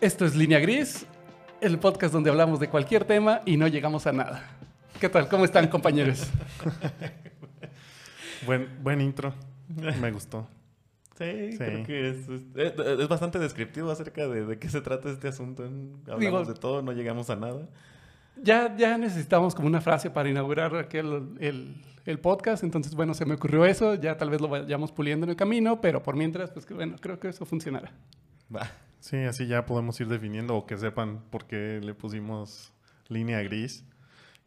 Esto es Línea Gris, el podcast donde hablamos de cualquier tema y no llegamos a nada. ¿Qué tal? ¿Cómo están, compañeros? Buen, buen intro. Me gustó. Sí, Sí. creo que es, es- es- es bastante descriptivo acerca de, de qué se trata este asunto. en- Hablamos Digo- de todo, no llegamos a nada. Ya, ya necesitamos como una frase para inaugurar aquel, el, el podcast, entonces bueno, se me ocurrió eso, ya tal vez lo vayamos puliendo en el camino, pero por mientras, pues que, bueno, creo que eso funcionará. Va. Sí, así ya podemos ir definiendo o que sepan por qué le pusimos línea gris.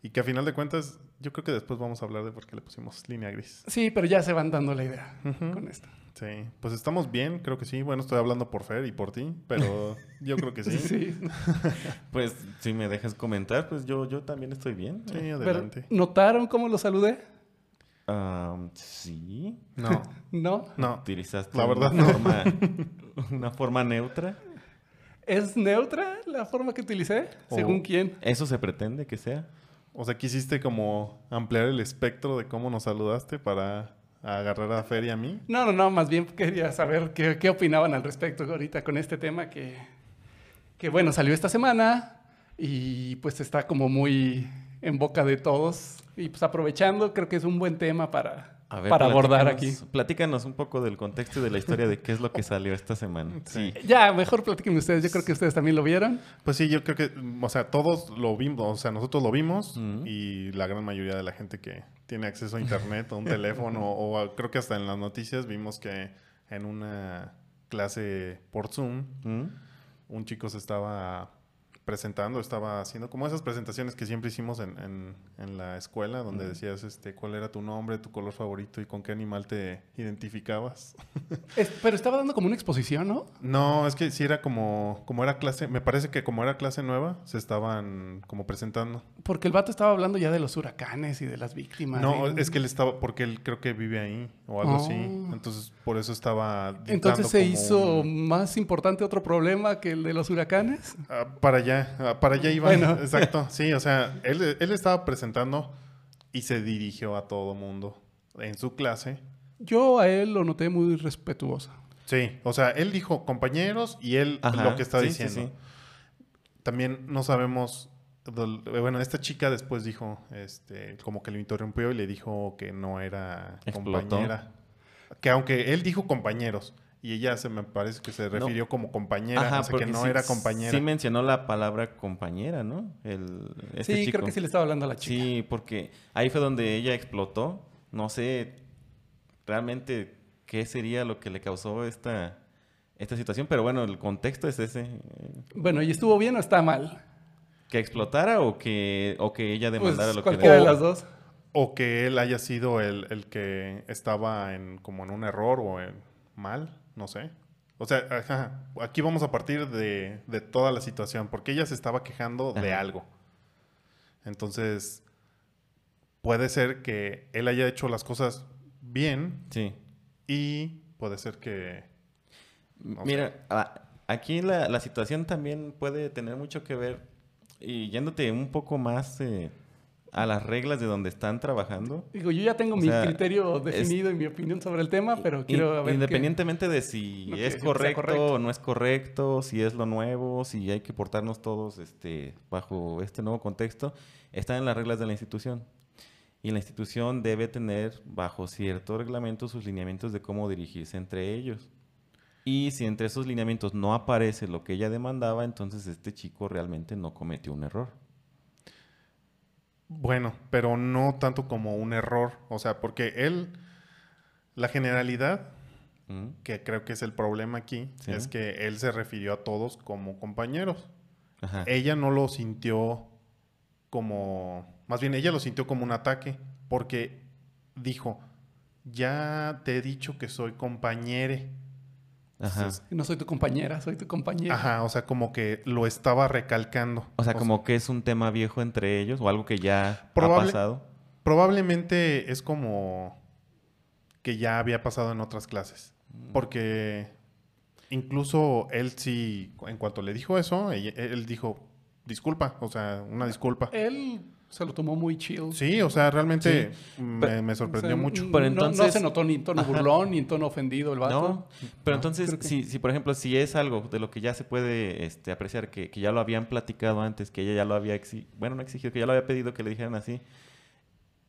Y que a final de cuentas, yo creo que después vamos a hablar de por qué le pusimos línea gris. Sí, pero ya se van dando la idea Ujú. con esto. Sí, pues estamos bien, creo que sí. Bueno, estoy hablando por Fer y por ti, pero yo creo que sí. Sí, Sí, Pues si me dejas comentar, pues yo, yo también estoy bien. Eh, Pero, adelante. ¿Notaron cómo lo saludé? am, sí. No, No. no. Utilizaste La verdad, una, no. forma, una forma neutra. ¿Es neutra la forma que utilicé? o ¿Según quién? Eso se pretende que sea. O sea, quisiste como ampliar el espectro de cómo nos saludaste para agarrar a Fer y a mí. No, no, no, más bien quería saber qué, qué opinaban al respecto ahorita con este tema que, que, bueno, salió esta semana y pues está como muy en boca de todos y pues aprovechando, creo que es un buen tema para, A ver, para abordar aquí. platícanos- Platícanos un poco del contexto y de la historia de qué es lo que salió esta semana. Sí. Ya, mejor platíquenme ustedes, yo creo que ustedes también lo vieron. Pues sí, yo creo que, mm, o sea, todos lo vimos, o sea, nosotros lo vimos Ujú. y la gran mayoría de la gente que tiene acceso a internet o un teléfono o a- creo que hasta en las noticias vimos que en una clase por Zoom ¿Mm? un chico se estaba presentando, estaba haciendo como esas presentaciones que siempre hicimos en, en- en la escuela donde Ujú. decías este cuál era tu nombre, tu color favorito y con qué animal te identificabas. Es- pero estaba dando como una exposición, ¿no? No, es que sí era como, como era clase, me parece que como era clase nueva, se estaban como presentando. Porque el vato estaba hablando ya de los huracanes y de las víctimas. No, ¿eh? es que él estaba, porque él creo que vive ahí o algo así. Oh. Entonces, por eso estaba. dictando Entonces se como hizo un- más importante otro problema que el de los huracanes. Ah, para allá, ah, para allá iba. Bueno. Exacto. Sí, o sea, él, él estaba presentando y se dirigió a todo mundo en su clase. Yo a él lo noté muy respetuoso. Sí, o sea, él dijo compañeros y él Ajá, lo que está sí, sí, diciendo. sí. También no sabemos. del- Bueno, esta chica después dijo, este, como que lo interrumpió y le dijo que no era Explotó. compañera. Que aunque él dijo compañeros y ella se me parece que se refirió como compañera, Ajá, o sea, que porque no sí- era compañera. Sí mencionó la palabra compañera, ¿no? El, este sí, chico. creo que sí le estaba hablando a la chica. Sí, porque ahí fue donde ella explotó. No sé realmente qué sería lo que le causó esta, esta situación, pero bueno, el contexto es ese. eh, Bueno, ¿y estuvo bien o está mal? Que explotara o que, o que ella Pues, demandara lo que cualquiera de demandó. las dos. O que él haya sido el, el que estaba en como en un error o en mal, no sé. O sea, ajá, aquí vamos a partir de, de toda la situación, porque ella se estaba quejando de Ajá. algo. Entonces, puede ser que él haya hecho las cosas bien Sí. y puede ser que... No sé. Mira, a- aquí la, la situación también puede tener mucho que ver y yéndote un poco más eh, a las reglas de donde están trabajando. Digo, yo ya tengo O mi sea, criterio es- definido y mi opinión sobre el tema, Ah, pero In- quiero ver. Independientemente de si lo que es sea correcto, correcto. o no es correcto, si es lo nuevo, si hay que portarnos todos este, bajo este nuevo contexto, están en las reglas de la institución. Y la institución debe tener bajo cierto reglamento sus lineamientos de cómo dirigirse entre ellos. Y si entre esos lineamientos no aparece lo que ella demandaba, entonces este chico realmente no cometió un error. Bueno, pero no tanto como un error. O sea, porque él, la generalidad ¿Mm? que creo que es el problema aquí, Sí. es que él se refirió a todos como compañeros. Ajá. Ella no lo sintió como, más bien ella lo sintió como un ataque, porque dijo, ya te he dicho que soy compañere. Ajá. Entonces, que No soy tu compañera, soy tu compañera. Ajá, o sea, como que lo estaba recalcando. O sea, como que es un tema viejo entre ellos o algo que ya Probable- ha pasado. Probablemente es como que ya había pasado en otras clases. Mm. Porque incluso él Eh, sí, en cuanto le dijo eso, ella- él dijo, disculpa, o sea, una disculpa. Él se lo tomó muy chill. Sí, o sea, realmente me, Pero- me O sea, sorprendió mucho. no- Pero no- No, entonces- se notó ni en tono burlón, ni en tono ofendido el vato. ¿No? Pero entonces, si, si por ejemplo, si es algo de lo que ya se puede este, apreciar, que, que ya lo habían platicado antes, que ella ya lo había exigido, bueno, no exigido, que ya lo había pedido que le dijeran así,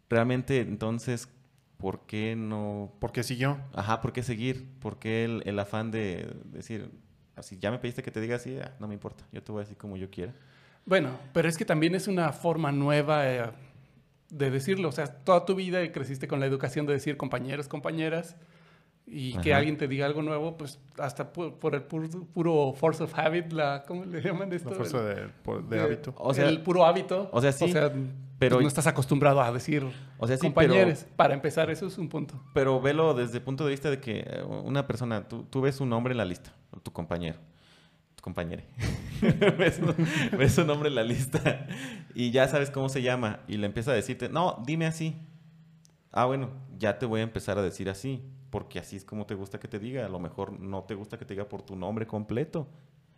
realmente entonces, ¿por qué no? ¿Por qué siguió? Ajá, ¿por qué seguir? ¿Por qué el, el afán de decir, así, ya me pediste que te diga así, ah, no me importa, yo te voy a decir como yo quiera? Bueno, pero es que también es una forma nueva eh, de decirlo. O sea, toda tu vida creciste con la educación de decir compañeros, compañeras, y que Ajá. alguien te diga algo nuevo, pues hasta pu- por el pur- puro force of habit, la, ¿cómo le llaman esto? La fuerza de, por- de de- hábito. O sea, el puro hábito. o sea, sí, pero pero- no estás acostumbrado a decir O sea, sí, compañeros. Para empezar, eso es un punto. Pero velo desde el punto de vista de que eh, una persona, tú, tú ves un nombre en la lista, o tu compañero, tu compañero, ves, un- ves un nombre en la lista y ya sabes cómo se llama y le empieza a decirte, no, dime así. Ah, bueno, ya te voy a empezar a decir así, porque así es como te gusta que te diga. A lo mejor no te gusta que te diga por tu nombre completo.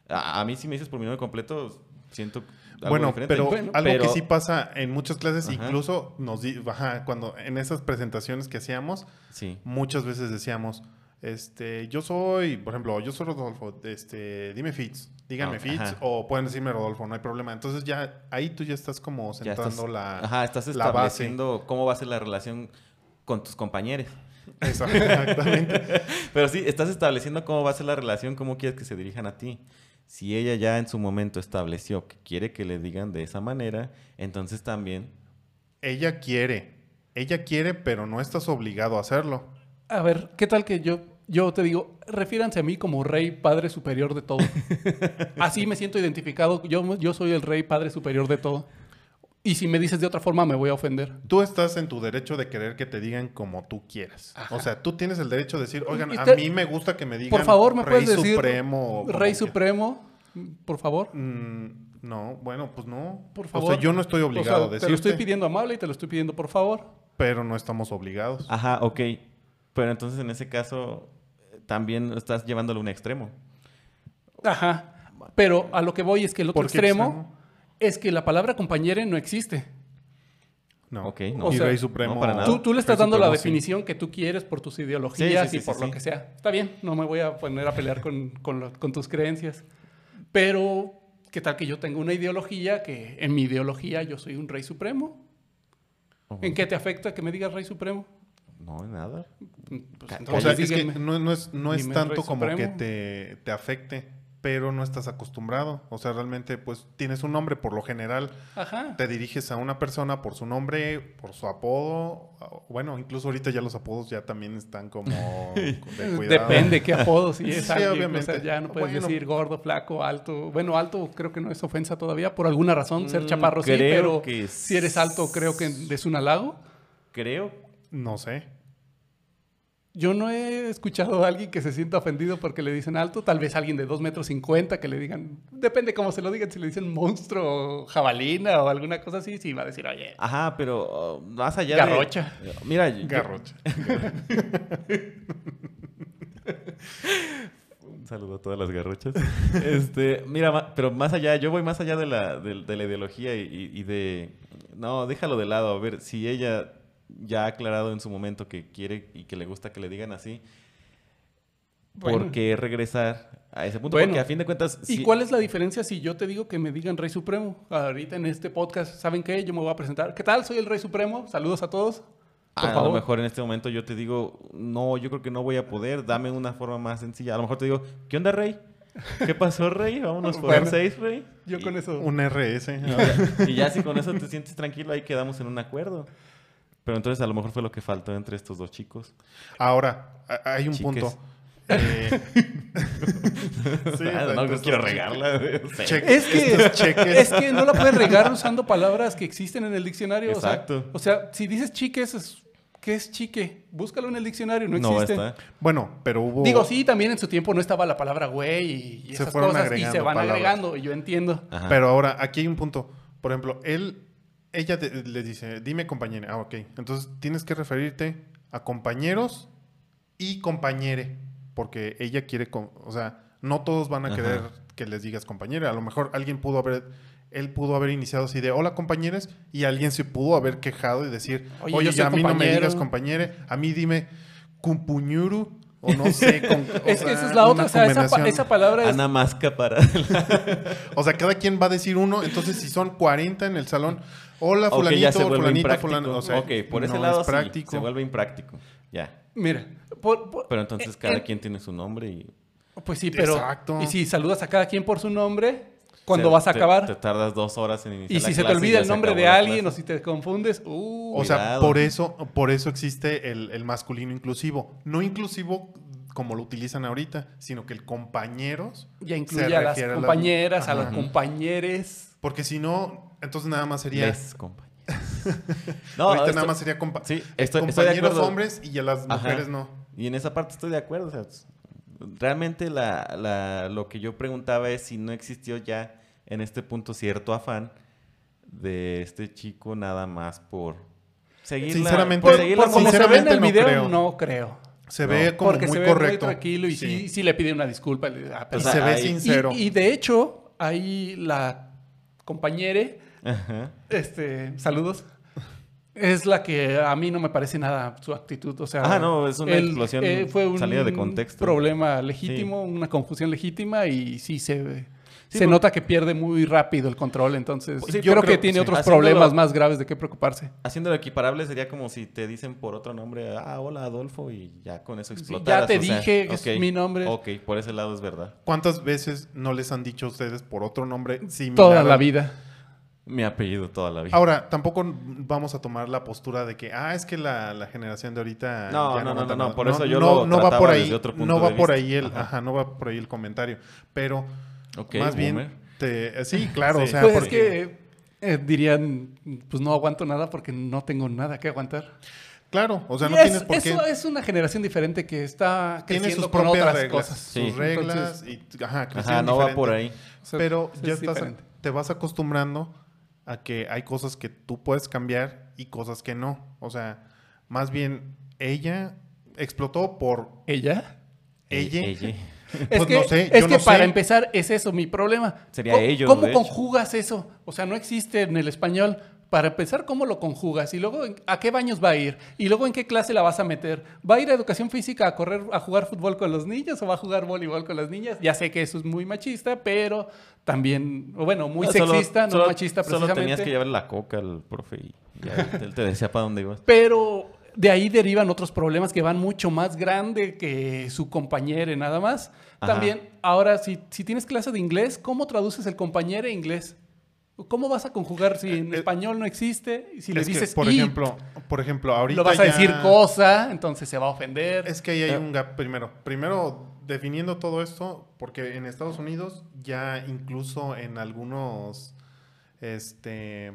A, a mí si me dices por mi nombre completo, siento algo Bueno, diferente. pero Bueno, algo que pero- sí pasa en muchas clases, Ajá. incluso nos di- ajá, cuando en esas presentaciones que hacíamos, Sí. muchas veces decíamos, este, yo soy, por ejemplo, yo soy Rodolfo, este, dime Fitz, díganme Ah, Fitz, ajá. o pueden decirme Rodolfo, no hay problema. Entonces ya ahí tú ya estás como ya sentando estás, la, ajá, estás Ah, la base. estableciendo cómo va a ser la relación con tus compañeros. Exactamente. Pero sí, estás estableciendo cómo va a ser la relación, cómo quieres que se dirijan a ti. Si ella ya en su momento estableció que quiere que le digan de esa manera, entonces también... Ella quiere, ella quiere, pero no estás obligado a hacerlo. A ver, ¿qué tal que yo, yo te digo, refiéranse a mí como rey padre superior de todo? Así me siento identificado, yo, yo soy el rey padre superior de todo. Y si me dices de otra forma, me voy a ofender. Tú estás en tu derecho de querer que te digan como tú quieras. O sea, tú tienes el derecho de decir, oigan, Y a te- mí me gusta que me digan por favor, ¿me Rey puedes decir Supremo. o como Rey quieras". Supremo? Por favor. Mm, no, bueno, pues no. Por O favor. sea, yo no estoy obligado O sea, a te lo estoy decirte, pidiendo amable y te lo estoy pidiendo por favor. pero no estamos obligados. Ajá, ok. Pero entonces en ese caso eh, también estás llevándolo a un extremo. Ajá. Pero a lo que voy es que el otro ¿Por qué extremo, extremo? es que la palabra compañero no existe. No. Ok, Y no. O sea, Rey Supremo. no, para nada. Tú, tú le estás Rey dando la Supremo, sí. definición que tú quieres por tus ideologías Sí, sí, y sí, por sí, lo sí. que sea. Está bien, no me voy a poner a pelear con, con lo- con tus creencias. Pero, ¿qué tal que yo tengo una ideología que en mi ideología yo soy un rey supremo? Ujú. ¿En qué te afecta que me digas rey supremo? No, nada. Pues, O sea, entonces es que díganme. no, no es, no es Dime, tanto Rey como Supremo. que te, te afecte, pero no estás acostumbrado. O sea, realmente, pues tienes un nombre por lo general. Ajá. Te diriges a una persona por su nombre, por su apodo. o- Bueno, incluso ahorita ya los apodos ya también están como de cuidado. Depende qué apodo si es Sí, alguien, obviamente. o sea, ya no puedes Bueno. decir gordo, flaco, alto. Bueno, alto creo que no es ofensa todavía. Por alguna razón, ser Mm, chaparro sí, creo pero que si eres alto creo que es un halago. Creo. No sé. Yo no he escuchado a alguien que se sienta ofendido porque le dicen alto. Tal vez alguien de 2 metros 50 que le digan, depende cómo se lo digan, si le dicen monstruo o jabalina o alguna cosa así, sí va a decir, oye, Ajá, pero uh, más allá Garrocha. de... Mira, yo- Garrocha. Un saludo a todas las garrochas. este, mira, ma- pero más allá, yo voy más allá de la, de, de la ideología y, y- y de... No, déjalo de lado. A ver, si ella ya ha aclarado en su momento que quiere y que le gusta que le digan así, Bueno. ¿por qué regresar a ese punto? Bueno. Porque a fin de cuentas... ¿Y si- cuál es la diferencia si yo te digo que me digan Rey Supremo? Ahorita en este podcast, ¿saben qué? Yo me voy a presentar. ¿Qué tal? Soy el Rey Supremo. Saludos a todos. Por a favor. lo mejor en este momento yo te digo, no, yo creo que no voy a poder, dame una forma más sencilla. A lo mejor te digo, ¿qué onda, Rey? ¿Qué pasó, Rey? Vámonos por Bueno, el 6, Rey. Yo Y- con eso. Un RS. Y ya- Y ya si con eso te sientes tranquilo, ahí quedamos en un acuerdo. Pero entonces a lo mejor fue lo que faltó entre estos dos chicos. Ahora, a- hay un Chiques. punto. Eh, sí, Ah, no, entonces, no quiero regarla. Sí. cheque- Es que, estos cheques. es que no la puedes regar usando palabras que existen en el diccionario. o sea- Exacto. O sea, si dices chiques, es- ¿qué es chique? Búscalo en el diccionario, no No, existe. está. Bueno, pero hubo. Digo, sí, también en su tiempo no estaba la palabra güey y, y Se esas fueron cosas y se agregando van palabras. agregando, y yo entiendo. Ajá. Pero ahora, aquí hay un punto. Por ejemplo, él, ella te- le dice, dime compañera. Ah, ok. Entonces tienes que referirte a compañeros y compañere. Porque ella quiere, con- o sea, no todos van a Ajá. querer que les digas compañera. A lo mejor alguien pudo haber él pudo haber iniciado así de hola compañeros y alguien se pudo haber quejado y decir, Oye, oye, yo soy ya a mí no me compañero". digas compañero, a mí dime cumpuñuru o no sé. con- o Es que esa sea, es la otra, una o sea, esa, pa- combinación. esa palabra es... Ana Masca para... O sea, cada quien va a decir uno, entonces si son 40 en el salón, hola Ok, fulanito, ya se vuelve fulanita, impráctico. fulano, o sea, ok, por ese no lado es sí, práctico. se vuelve impráctico. Ya. Mira, por- por- Pero entonces Eh, cada eh. quien tiene su nombre y... pues sí, pero... Exacto. Y si saludas a cada quien por su nombre, cuando se- vas a te- acabar... Te, tardas dos horas en iniciar y la si se te clase olvida ya el se nombre acabó de la alguien o clase. si te confundes, uh, O sea, Cuidado. por eso, por eso existe el, el masculino inclusivo. No inclusivo como lo utilizan ahorita, sino que el compañeros, ya se incluye a las refiere a las- compañeras, a los Ajá. compañeres. porque si no, entonces nada más sería... Les compañeros. no, ahorita esto- nada más sería compa- Sí, estoy, estoy de compañeros acuerdo. hombres y a las Ajá. mujeres no. Y en esa parte estoy de acuerdo. o sea, es- realmente la, la- lo que yo preguntaba es si no existió ya en este punto cierto afán de este chico nada más por seguir la- Sinceramente- por Por, seguir por la como se ve en sinceramente el no video, creo. no creo. Se No. ve como Porque muy se ve correcto. Pues muy tranquilo y sí. sí, le pide una disculpa. le- ah, Y perdón. sea, se ve ahí- sincero. Y, y de hecho, ahí la compañere, Ajá. este, saludos, es la que a mí no me parece nada su actitud. O sea, eh, Ah, no, es una explosión salida de contexto. problema legítimo, una confusión legítima y sí se ve- Sí, se por- nota que pierde muy rápido el control, entonces Pues sí, yo yo creo que creo- tiene sí. otros Haciéndolo- problemas más graves de qué preocuparse. Haciéndolo equiparable sería como si te dicen por otro nombre, ah, hola Adolfo, y ya con eso explotaras. ya te o sea, dije que es ok, mi nombre. Ok, por ese lado es verdad. ¿Cuántas veces no les han dicho a ustedes por otro nombre similar? Toda la al- vida. Mi apellido toda la vida. Ahora, tampoco vamos a tomar la postura de que, ah, es que la, la generación de ahorita. No, no, no, aguanta no, nada". por eso yo lo no va trataba por desde ahí, otro punto No va de por vista. ahí el, Ajá. ajá. no va por ahí el comentario. Pero, Ok, más boomer. bien, te- eh, sí, claro, Sí. o sea, Pues es porque- que eh, dirían, pues no aguanto nada porque no tengo nada que aguantar. claro, o sea, no Y es- tienes por qué. eso es una generación diferente que está Tiene sus creciendo con propias otras reglas, cosas. Sí. sus reglas Entonces- y, ajá, Ajá, crecieron no va diferente. por ahí. O sea, Pero es ya estás, diferente. te vas acostumbrando a que hay cosas que tú puedes cambiar y cosas que no. O sea, más bien ella explotó por ¿Ella? ella. E, Ella. es Pues que, no sé, es yo que no sé. para empezar es eso mi problema. Sería Co- ellos, ¿Cómo de hecho. conjugas eso? O sea, no existe en el español. Para empezar, ¿cómo lo conjugas? Y luego, ¿en- ¿a qué baños va a ir? Y luego, ¿en qué clase la vas a meter? ¿Va a ir a educación física a correr, a jugar fútbol con los niños o va a jugar voleibol con las niñas? Ya sé que eso es muy machista, pero también, o bueno, muy No, Ah, solo- sexista, no solo- machista Solo tenías precisamente. que llevar la coca al profe y ya él te decía para dónde ibas. Pero de ahí derivan otros problemas que van mucho más grande que su compañero nada más. Ajá. También, ahora, si, si tienes clase de inglés, ¿cómo traduces el compañero en inglés? ¿Cómo vas a conjugar si en Eh, eh, español no existe? Y si le Es que, dices, por "it", ejemplo, por ejemplo, ahorita lo vas a ya- decir cosa, entonces se va a ofender. Es que ahí hay Ah. Eh. un gap primero. Primero definiendo todo esto, porque en Estados Unidos ya incluso en algunos este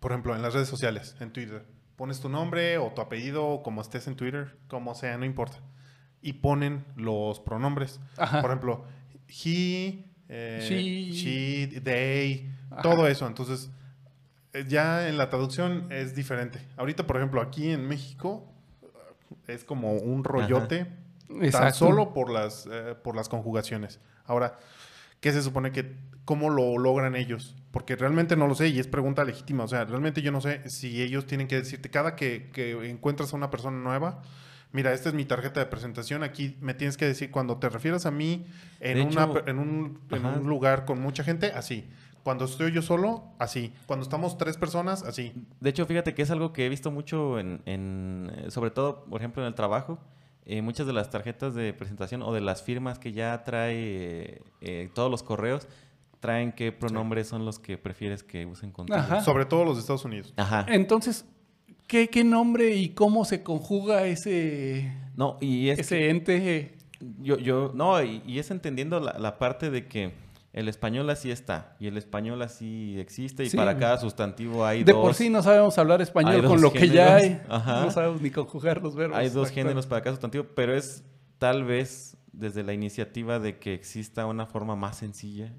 por ejemplo, en las redes sociales, en Twitter, pones tu nombre o tu apellido o como estés en Twitter, como sea, no importa. Y ponen los pronombres. Ajá. Por ejemplo, he, eh, She. she, they, Ajá. todo eso. Entonces, eh, ya en la traducción es diferente. Ahorita, por ejemplo, aquí en México eh, es como un rollote tan Exacto. solo por las, eh, por las conjugaciones. Ahora, ¿qué se supone que cómo lo logran ellos? Porque realmente no lo sé y es pregunta legítima. O sea, realmente yo no sé si ellos tienen que decirte cada que, que encuentras a una persona nueva. Mira, esta es mi tarjeta de presentación. Aquí me tienes que decir cuando te refieres a mí en, De una hecho, per- en, un, en ajá. un lugar con mucha gente, así. Cuando estoy yo solo, así. Cuando estamos tres personas, así. De hecho, fíjate que es algo que he visto mucho en, en, eh, sobre todo, por ejemplo, en el trabajo. Eh, muchas de las tarjetas de presentación o de las firmas que ya trae eh, eh, todos los correos traen qué pronombres son los que prefieres que usen contigo. Ajá. Eh, Ah. Sobre todo los de Estados Unidos. Ajá. Entonces, ¿qué, qué nombre y cómo se conjuga ese, No, y es ese ente? Yo, yo, no, y, y es entendiendo la, la parte de que el español así está y el español así existe y Sí. para cada sustantivo hay De dos. por sí no sabemos hablar hay español dos con lo que ya hay. géneros. Ajá. No sabemos ni conjugar los verbos. Hay dos Exacto. géneros para cada sustantivo, pero es tal vez desde la iniciativa de que exista una forma más sencilla,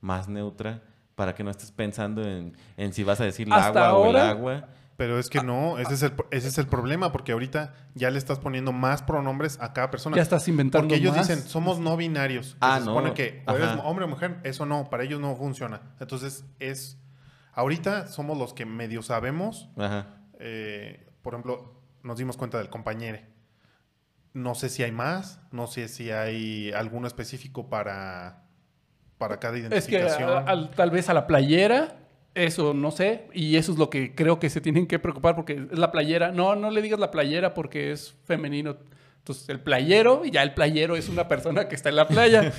más neutra, para que no estés pensando en, en si vas a decir la Hasta agua o el ahora- agua. Pero es que no, ese, es el, ese es el problema, porque ahorita ya le estás poniendo más pronombres a cada persona. Ya estás inventando Porque ellos más. dicen, somos no binarios. Ah, se no. supone que o eres Ajá. hombre o mujer, eso no, para ellos no funciona. Entonces es, ahorita somos los que medio sabemos, Ajá. eh, por ejemplo, nos dimos cuenta del compañere. No sé si hay más, no sé si hay alguno específico para, para cada Es que identificación. a- al- tal vez a la playera, eso no sé, y eso es lo que creo que se tienen que preocupar porque es la playera. No, no le digas la playera porque es femenino. Entonces, el playero, y ya el playero es una persona que está en la playa.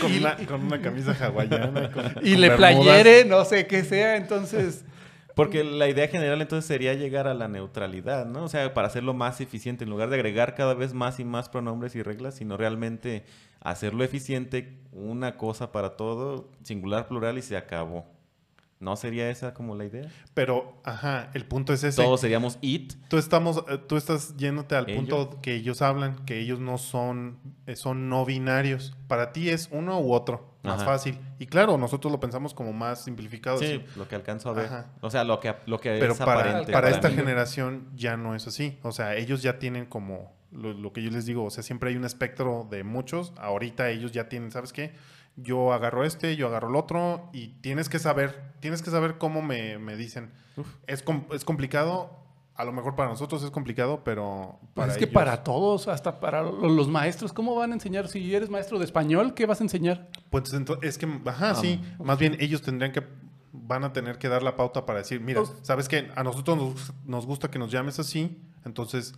con, y- una, con una camisa hawaiana. con- y con le bermudas. playere, no sé qué sea. Entonces, pues Porque la idea general entonces sería llegar a la neutralidad, ¿no? O sea, para hacerlo más eficiente, en lugar de agregar cada vez más y más pronombres y reglas, sino realmente hacerlo eficiente, una cosa para todo, singular, plural y se acabó. ¿No sería esa como la idea? Pero, ajá, el punto es ese. Todos seríamos it. Tú, estamos, eh, tú estás yéndote al punto Ellos. que ellos hablan, que ellos no son, eh, son no binarios. Para ti es uno u otro, más Ajá. fácil. Y claro, nosotros lo pensamos como más simplificado. Sí, así, lo que alcanzo a ver. Ajá. O sea, lo que, lo que Pero es para, aparente. para para esta mí. generación ya no es así. O sea, ellos ya tienen como lo, lo que yo les digo. O sea, siempre hay un espectro de muchos. Ahorita ellos ya tienen, ¿sabes qué? Yo agarro este, yo agarro el otro y tienes que saber, tienes que saber cómo me, me dicen. Es, com- es complicado, a lo mejor para nosotros es complicado, pero para Pues es que ellos- para todos, hasta para lo- los maestros, ¿cómo van a enseñar? Si eres maestro de español, ¿qué vas a enseñar? Pues ento- es que, ajá, Ah, sí. Más bien ellos tendrían que, van a tener que dar la pauta para decir, mira, Pues- sabes que a nosotros nos, nos gusta que nos llames así, entonces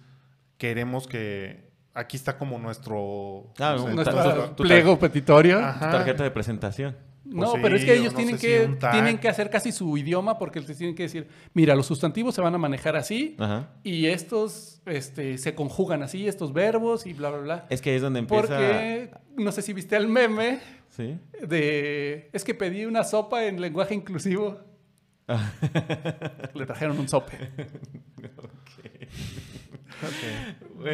queremos que aquí está como nuestro, Ah, no sé, un- Nuestro tu- tu- pliego petitorio. Ajá. Tarjeta de presentación. No, Pues pero sí, es que o ellos no tienen, sé si que, un tag. tienen que hacer casi su idioma porque les tienen que decir, mira, los sustantivos se van a manejar así Ajá. y estos este, se conjugan así, estos verbos y bla, bla, bla. Es que ahí es donde empieza. Porque, no sé si viste el meme Sí. de, es que pedí una sopa en lenguaje inclusivo. Ah. Le trajeron un sope.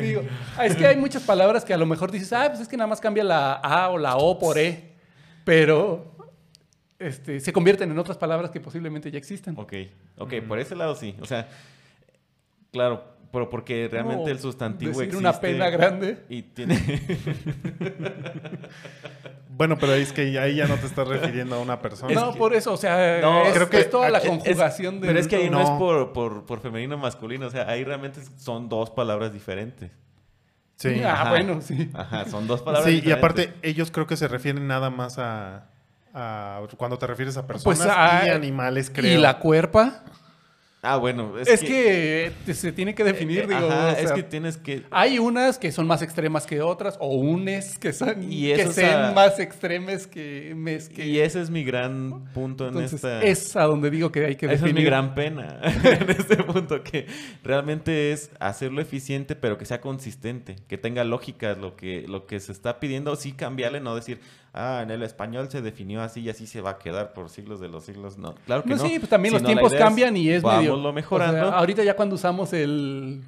Digo, es que hay muchas palabras que a lo mejor dices, ah, pues es que nada más cambia la A o la O por E, pero este, se convierten en otras palabras que posiblemente ya existan. Ok, ok, Mm. por ese lado sí. O sea, claro, pero porque realmente No, el sustantivo decir existe. una pena grande. Y tiene. Bueno, pero es que ahí ya no te estás refiriendo a una persona. no, por eso, o sea, No, es, creo que es toda la aquí- es- conjugación de... Pero es que ahí no, No. es por, por, por femenino o masculino. O sea, ahí realmente son dos palabras diferentes. Sí. Ah, Ajá. bueno, sí. Ajá, son dos palabras Sí, y diferentes. aparte ellos creo que se refieren nada más a, a cuando te refieres a personas Pues, a- y animales, creo. Y la cuerpa. Ah, bueno, es, eh, Es, que, te- se tiene que definir, digo. Ajá, o sea, es que tienes que. Hay unas que son más extremas que otras, o unes que son Y que eso, o sean sea, más extremes que mes que. Y ese es mi gran punto en Entonces, esta. es a donde digo que hay que Esa es definir. mi gran pena en este punto, que realmente es hacerlo eficiente, pero que sea consistente, que tenga lógica lo que, lo que se está pidiendo, sí cambiarle, no decir, ah, en el español se definió así y así se va a quedar por siglos de los siglos. No, claro que no. no, sí, pues también los sino la tiempos idea es, cambian y es medio. vámoslo mejorando. o sea, ahorita ya cuando usamos el.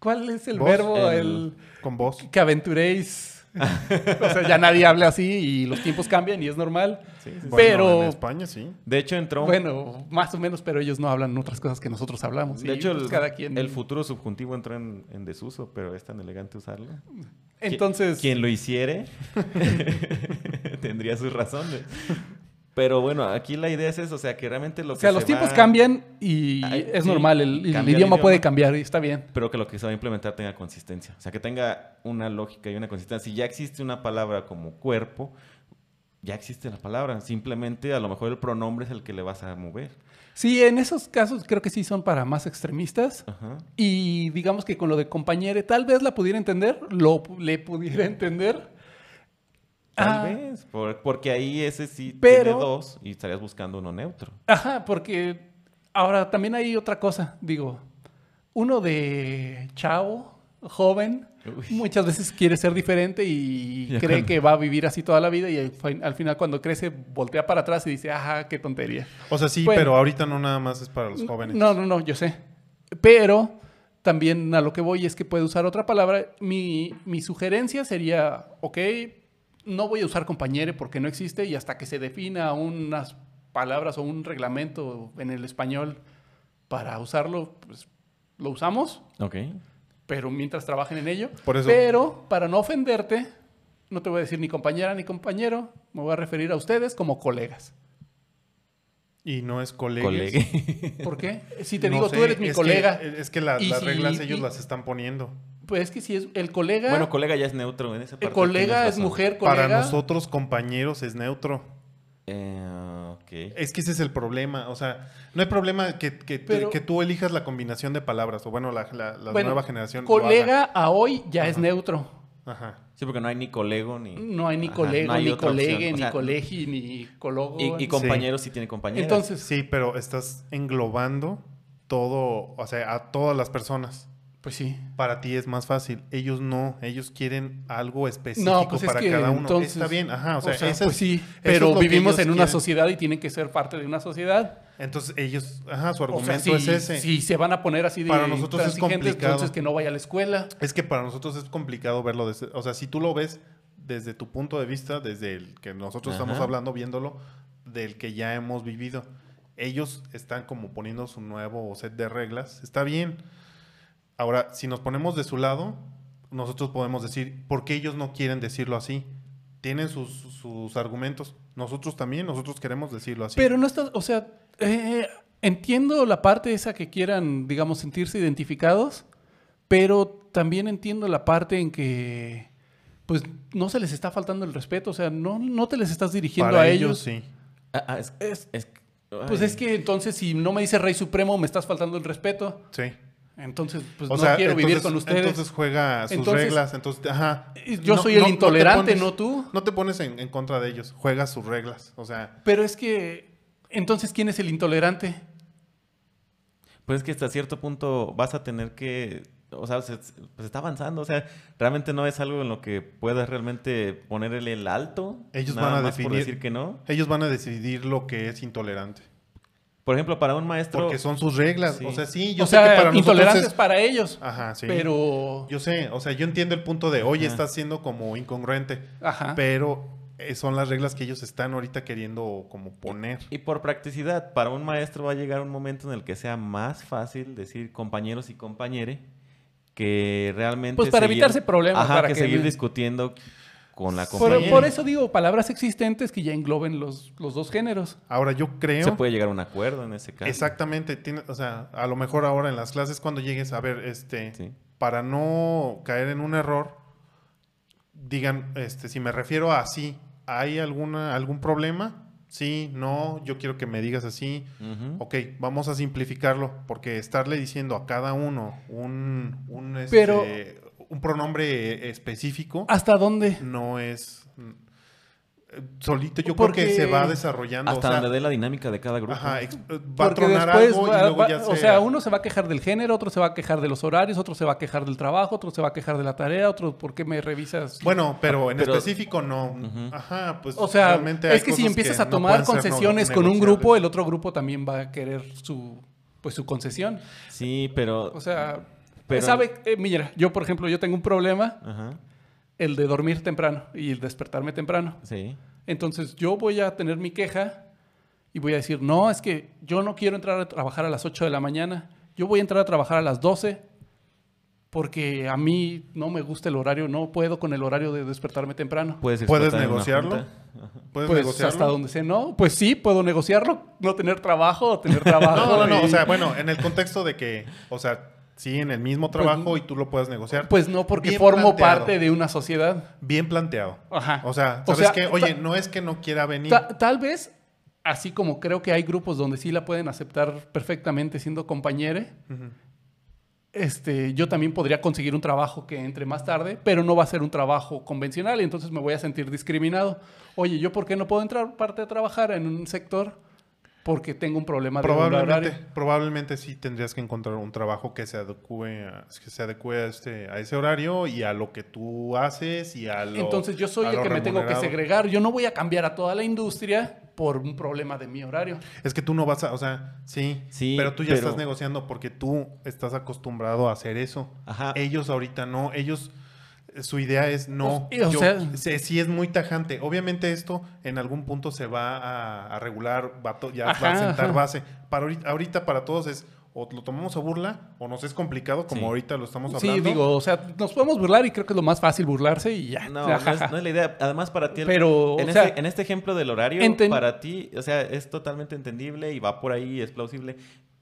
¿Cuál es el ¿Vos? verbo? El- el... Con voz. que aventuréis. o sea, ya nadie habla así y los tiempos cambian y es normal. Sí, sí, sí. Bueno, pero- en España, sí. De hecho, entró un- Bueno, más o menos, pero ellos no hablan otras cosas que nosotros hablamos. de y, hecho, pues, el, cada quien. el futuro subjuntivo entró en, en desuso, pero es tan elegante usarlo. Entonces, Quien lo hiciere tendría sus razones. Pero bueno, aquí la idea es eso, o sea, que realmente lo o que sea, se los tiempos va- cambian y Ay, es sí, normal. El, el cambia el idioma, puede idioma. cambiar y está bien. Pero que lo que se va a implementar tenga consistencia. O sea, que tenga una lógica y una consistencia. Si ya existe una palabra como cuerpo, ya existe la palabra. Simplemente a lo mejor el pronombre es el que le vas a mover. Sí, en esos casos creo que sí son para más extremistas. Ajá. Y digamos que con lo de compañere, tal vez la pudiera entender, lo le pudiera entender. Tal Ah. vez. por- porque ahí ese sí Pero- tiene dos y estarías buscando uno neutro. Ajá, porque ahora también hay otra cosa, digo, uno de chavo, joven, Uy. muchas veces quiere ser diferente y Ya cree cuando- que va a vivir así toda la vida y al, fin- al final cuando crece voltea para atrás y dice, ajá, qué tontería. O sea, sí, Bueno. pero ahorita no nada más es para los jóvenes. No, no, no, yo sé. Pero también a lo que voy es que puede usar otra palabra. Mi, mi sugerencia sería, ok, no voy a usar compañere porque no existe y hasta que se defina unas palabras o un reglamento en el español para usarlo, pues lo usamos, Ok. pero mientras trabajen en ello. Por eso- Pero para no ofenderte, no te voy a decir ni compañera ni compañero, me voy a referir a ustedes como colegas. Y no es colegas. Colega. ¿Por qué? Si te No digo, sé, tú eres mi es que- eh, colega, es que la- Y las si- reglas ellos y- las están poniendo. pues es que si es el colega, bueno, colega ya es neutro en esa parte. el Eh, colega tienes es razón. mujer, colega. Para nosotros, compañeros, es neutro. Eh, ok. Es que ese es el problema. O sea, no hay problema que, que, Pero- que tú elijas la combinación de palabras. O bueno, la, la- la Bueno, nueva generación. lo haga. Colega a hoy ya es Ajá. neutro. Ajá. Sí, porque no hay ni colego ni. No hay ni Ajá, colega, no hay ni otra opción. colegue, O ni sea, colegi, ni cologo. Y, y compañeros sí. tiene compañeros. Entonces, Sí, pero estás englobando todo, o sea, a todas las personas. pues sí. Para ti es más fácil. Ellos no. Ellos quieren algo específico No, pues es para que cada uno. entonces- Está bien. Ajá. Ah, O O sea, sea, ese pues es- sí, eso pero es lo que vivimos ellos en una quieren. sociedad y tienen que ser parte de una sociedad. Entonces ellos, ajá, su O sea, argumento si, es ese. si se van a poner así de Para nosotros es intransigentes, complicado. entonces que no vaya a la escuela. Es que para nosotros es complicado verlo desde, o sea, si tú lo ves desde tu punto de vista, desde el que nosotros estamos Ajá. hablando, viéndolo, del que ya hemos vivido. Ellos están como poniendo su nuevo set de reglas. Está bien. Ahora, si nos ponemos de su lado, nosotros podemos decir, ¿por qué ellos no quieren decirlo así? Tienen sus, sus argumentos. Nosotros también, nosotros queremos decirlo así. Pero no está, o sea, eh, entiendo la parte esa que quieran, digamos, sentirse identificados, pero también entiendo la parte en que, pues, no se les está faltando el respeto, o sea, no, no te les estás dirigiendo para a ellos, ellos. sí. Ah, ah, es, Es- es- Pues ay. es que entonces, si no me dice Rey Supremo, me estás faltando el respeto. Sí. Entonces, pues O no sea, quiero vivir entonces- con ustedes. Entonces juega sus Entonces- reglas, entonces, ajá. Yo soy el te intolerante, pones- ¿no tú? No te pones en, en contra de ellos, juega sus reglas, o sea, Pero es que, entonces, ¿quién es el intolerante? Pues es que hasta cierto punto vas a tener que, o sea, se, se- pues está avanzando, o sea, realmente no es algo en lo que puedas realmente ponerle el alto. Ellos nada van a más por definir- decir que no. ellos van a decidir lo que es intolerante, Por ejemplo, para un maestro, porque son sus reglas, Sí. o sea, sí, yo o sé que para sea, nosotros intolerantes es- para ellos. Ajá, sí. Pero, yo sé, o sea, yo entiendo el punto de, "Oye, Ajá. estás siendo como incongruente", ajá. pero eh, son las reglas que ellos están ahorita queriendo como poner. y por practicidad, para un maestro va a llegar un momento en el que sea más fácil decir compañeros y compañere que realmente... Pues para evitarse problemas, Ajá, para que, que- seguir discutiendo con la compañera. Por, por eso digo, palabras existentes que ya engloben los, los dos géneros. Ahora yo creo Se puede llegar a un acuerdo en ese caso. Exactamente, tiene, o sea, a lo mejor ahora en las clases cuando llegues a ver este Sí. para no caer en un error, digan, este, si me refiero a así, ¿hay alguna, algún problema? Sí, no, yo quiero que me digas así. Ujú. Ok, vamos a simplificarlo, porque estarle diciendo a cada uno un, un, este, Pero- Ah. un pronombre específico ¿Hasta dónde? no es... mm, eh, Solito yo Porque- creo que se va desarrollando. o Hasta sea, donde dé la dinámica de cada grupo. ajá, ex- eh, va a Porque tronar después, algo va- y luego va- ya o sea, uno se va a quejar del género, otro se va a quejar de los horarios, otro se va a quejar del trabajo, otro se va a quejar de la tarea, otro por qué me revisas. Bueno, pero en Pero- específico no. Ujú. Ajá, pues. o sea, realmente hay es que si cosas empiezas a no tomar pueden ser concesiones no- con un negociables. grupo, el otro grupo también va a querer su pues su concesión. Sí, pero... O sea, Pero- sabe, Eh, mira, yo por ejemplo, yo tengo un problema, Ajá, el de dormir temprano y el despertarme temprano. sí. Entonces yo voy a tener mi queja y voy a decir, no, es que yo no quiero entrar a trabajar a las 8 de la mañana, yo voy a entrar a trabajar a las 12 porque a mí no me gusta el horario, no puedo con el horario de despertarme temprano. Pues, Puedes, ¿Puedes explotar en una negociarlo? junta. ¿Puedes negociarlo? hasta donde sé, no, pues sí, puedo negociarlo, no tener trabajo o tener trabajo. No, no, no. y- O sea, bueno, en el contexto de que. O sea, sí, en el mismo trabajo y tú lo puedes negociar. Pues no, porque Bien formo planteado. parte de una sociedad. Bien planteado. Ajá. O sea, ¿sabes O sea, qué? ta- Oye, no es que no quiera venir. Ta- tal vez, así como creo que hay grupos donde sí la pueden aceptar perfectamente siendo compañere, Ujú. este, yo también podría conseguir un trabajo que entre más tarde, pero no va a ser un trabajo convencional y entonces me voy a sentir discriminado. Oye, ¿yo por qué no puedo entrar parte a trabajar en un sector? Porque tengo un problema de Probablemente, horario. probablemente sí tendrías que encontrar un trabajo que se adecue a, que se adecue a, este, a ese horario y a lo que tú haces y a lo. Entonces yo soy a el lo que me tengo que remunerado. segregar. Yo no voy a cambiar a toda la industria por un problema de mi horario. Es que tú no vas a, o sea, sí, Sí, pero tú ya pero- estás negociando porque tú estás acostumbrado a hacer eso. Ajá. Ellos ahorita no, ellos eh, su idea es no. Pues, y, o yo- sea- se- sí es muy tajante. Obviamente esto en algún punto se va a, a regular, va a to- ya va Ajá, a sentar ajá. base. Para ahorita, ahorita para todos es, o lo tomamos a burla o nos es complicado como Sí. ahorita lo estamos hablando. Sí, digo, o sea, nos podemos burlar y creo que es lo más fácil burlarse y ya. No, no Ajá, es, no es la idea. Además, para ti, el- Pero, en, o este, sea, en este ejemplo del horario, enten- para ti, o sea, es totalmente entendible y va por ahí, es plausible.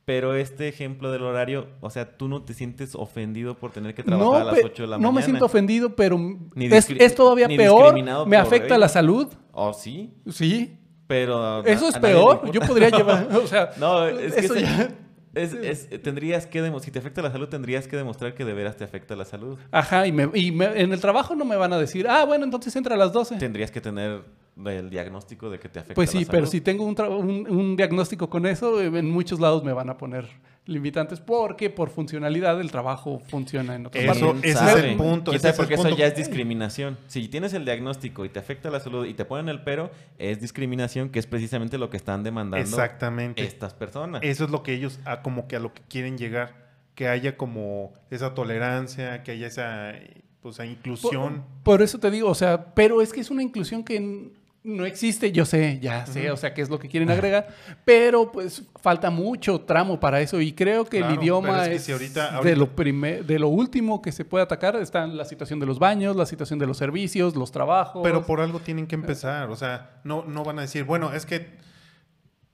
Pero este ejemplo del horario, o sea, tú no te sientes ofendido por tener que trabajar a las pe- 8 de la no mañana. me siento ofendido, pero es, discri- es todavía ni peor. discriminado Me por afecta ello. la salud. Oh, sí, Sí. pero. Eso a- es a nadie le peor. importa. Yo podría llevar. O sea, No, es que eso se- ya- es- es- tendrías que demo- si te afecta la salud, tendrías que demostrar que de veras te afecta la salud. Ajá, y, me- y me- en el trabajo no me van a decir, ah, bueno, entonces entra a las 12. Tendrías que tener el diagnóstico de que te afecta Pues la sí, salud. pero si tengo un, tra- un- un diagnóstico con eso, eh, en muchos lados me van a poner limitantes porque por funcionalidad el trabajo funciona en otras Eso- partes. ese es el punto, Quién ese es sabe, porque el eso punto. ya es discriminación. Si tienes el diagnóstico y te afecta la salud y te ponen el pero, es discriminación que es precisamente lo que están demandando Exactamente. estas personas. Eso es lo que ellos, a como que a lo que quieren llegar, que haya como esa tolerancia, que haya esa, pues, esa inclusión. Por, por eso te digo, o sea, pero es que es una inclusión que n- no existe, yo sé, ya sé, o sea, qué es lo que quieren agregar, pero pues falta mucho tramo para eso y creo que Claro, el idioma pero es es, que si ahorita- de ahorita- lo primer, de lo último que se puede atacar, está la situación de los baños, la situación de los servicios, los trabajos. Pero por algo tienen que empezar, o sea, no, no van a decir, bueno, es que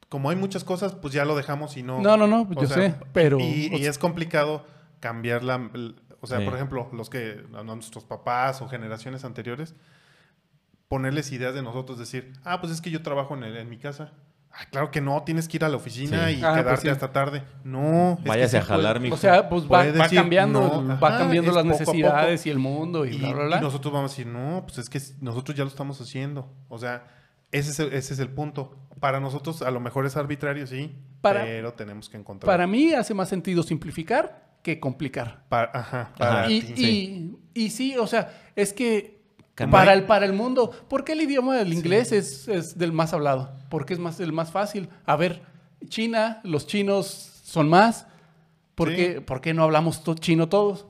como hay muchas cosas, pues ya lo dejamos y no... No, no, no, O yo sea, sé, pero Y, o y sea, es complicado cambiar la... l- O sea, Sí. por ejemplo, los que a nuestros papás o generaciones anteriores, ponerles ideas de nosotros, decir, ah, pues es que yo trabajo en, el- en mi casa. Ah, claro que no, tienes que ir a la oficina Sí. y Ah, pues quedarte sí. hasta tarde. No. es que Váyase a sí puede- jalar, mijo. o sea, pues va, puede va decir, cambiando, no, va ajá, cambiando es las poco a poco. necesidades y el mundo y, Y, bla, bla, y bla. nosotros vamos a decir, no, pues es que nosotros ya lo estamos haciendo. O sea, ese es el, ese es el punto. Para nosotros a lo mejor es arbitrario, sí, Para- pero tenemos que encontrar... Para mí hace más sentido simplificar que complicar. Pa- ajá, para Ajá. y, ti. y, y sí, o sea, es que Cambiar. para el, para el mundo, ¿por qué el idioma del inglés es, es del más hablado? Porque es más, el más fácil. A ver, China, los chinos son más. ¿Por, Sí. qué, por qué no hablamos to- chino todos?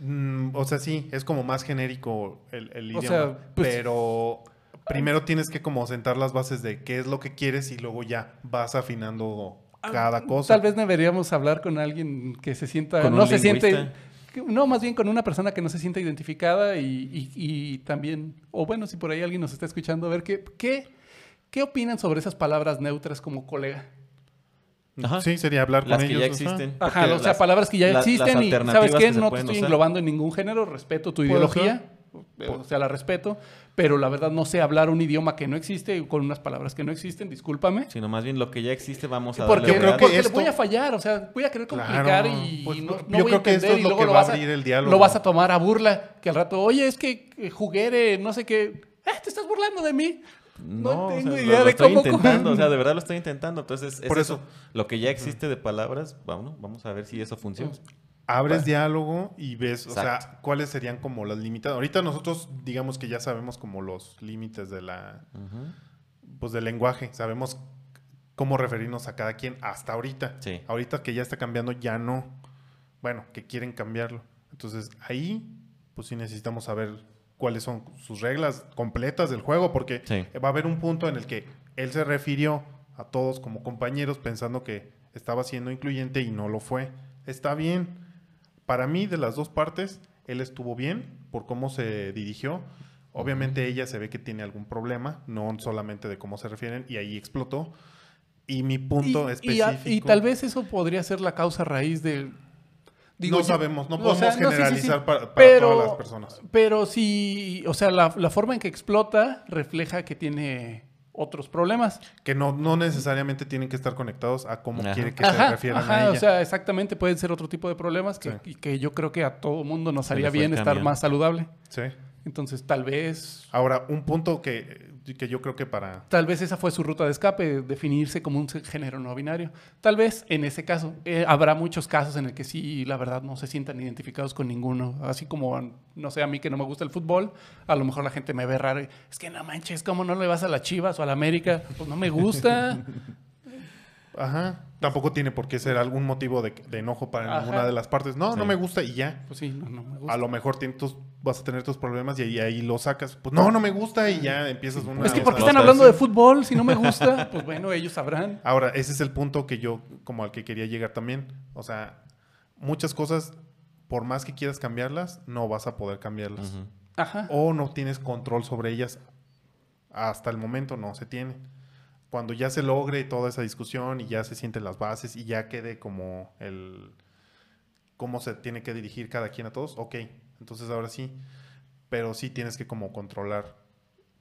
Mm, o sea, sí, es como más genérico el, el O idioma. sea, pues- pero primero tienes que como sentar las bases de qué es lo que quieres y luego ya vas afinando cada cosa. Ah, Tal vez deberíamos hablar con alguien que se sienta. Con un no se siente. lingüista. que- No, más bien con una persona que no se sienta identificada y, y- y también. O bueno, si por ahí alguien nos está escuchando, a ver qué, qué, qué opinan sobre esas palabras neutras como colega. Ajá. Sí, sería hablar con las que ellos. ya ajá. existen. Ajá, porque o sea, las- palabras que ya la- existen las y alternativas sabes qué, que se no te pueden estoy usar. englobando en ningún género, respeto tu Puede ideología, o sea, la respeto, pero la verdad no sé hablar un idioma que no existe con unas palabras que no existen, discúlpame. Sino más bien lo que ya existe, vamos a darle Porque, Yo creo realidad. que porque le esto- voy a fallar, o sea, voy a querer complicar Claro, y pues, no, yo no voy a creo que esto entender es y lo luego que lo va a vas a, abrir el diálogo. lo vas a tomar a burla, que al rato, oye, es que eh, juguere, no sé qué, "Ah, te estás burlando de mí. No, o sea, tengo lo- idea lo de estoy cómo. intentando, o sea, de verdad lo estoy intentando. Entonces, es Por eso. eso. Lo que ya existe de palabras, vamos, vamos a ver si eso funciona. Abres diálogo y ves, o sea, Exacto. cuáles serían como las limitadas. Ahorita nosotros digamos que ya sabemos como los límites de la, Ujú. pues del lenguaje, sabemos cómo referirnos a cada quien hasta ahorita. Sí. Ahorita que ya está cambiando, ya no. Bueno, que quieren cambiarlo. Entonces ahí, pues sí necesitamos saber cuáles son sus reglas completas del juego, porque Sí. va a haber un punto en el que él se refirió a todos como compañeros pensando que estaba siendo incluyente y no lo fue. Está bien. Para mí, de las dos partes, él estuvo bien por cómo se dirigió. Obviamente ella se ve que tiene algún problema, no solamente de cómo se refieren, y ahí explotó. Y mi Y- punto y a- específico... Y, tal vez eso podría ser la causa raíz del... no yo- sabemos, no o podemos sea, no, sí, sí, sí, generalizar para, para pero- todas las personas. Pero sí, o sea, la, la forma en que explota refleja que tiene otros problemas. Que no, no necesariamente tienen que estar conectados a cómo Ajá. quiere que se refieran ajá, a ella. o sea, exactamente, pueden ser otro tipo de problemas que, y que yo creo que a todo mundo nos Se haría le fue el bien estar camión. más saludable. Sí. Entonces, tal vez, Ahora, un punto que, que yo creo que para... tal vez esa fue su ruta de escape, definirse como un género no binario. Tal vez en ese caso, eh, habrá muchos casos en el que sí, la verdad, no se sientan identificados con ninguno. Así como, no sé, a mí que no me gusta el fútbol, a lo mejor la gente me ve raro. y, Es que no manches, ¿cómo no le vas a las Chivas o a la América? Pues no me gusta. Ajá. Tampoco tiene por qué ser algún motivo de, de enojo para Ajá. ninguna de las partes. No, no Sí. me gusta y ya. Pues sí, no, no me gusta. A lo mejor tienes tus- vas a tener tus problemas y ahí, ahí lo sacas. Pues no, no me gusta y ya empiezas una... Es que o porque sea, están no, hablando sí. de fútbol, si no me gusta, pues bueno, ellos sabrán. Ahora, ese es el punto que yo, como al que quería llegar también. O sea, muchas cosas, por más que quieras cambiarlas, no vas a poder cambiarlas. Ujú. Ajá. O no tienes control sobre ellas. Hasta el momento no se tiene. Cuando ya se logre toda esa discusión y ya se sienten las bases y ya quede como el cómo se tiene que dirigir cada quien a todos, ok, entonces ahora sí, pero sí tienes que como controlar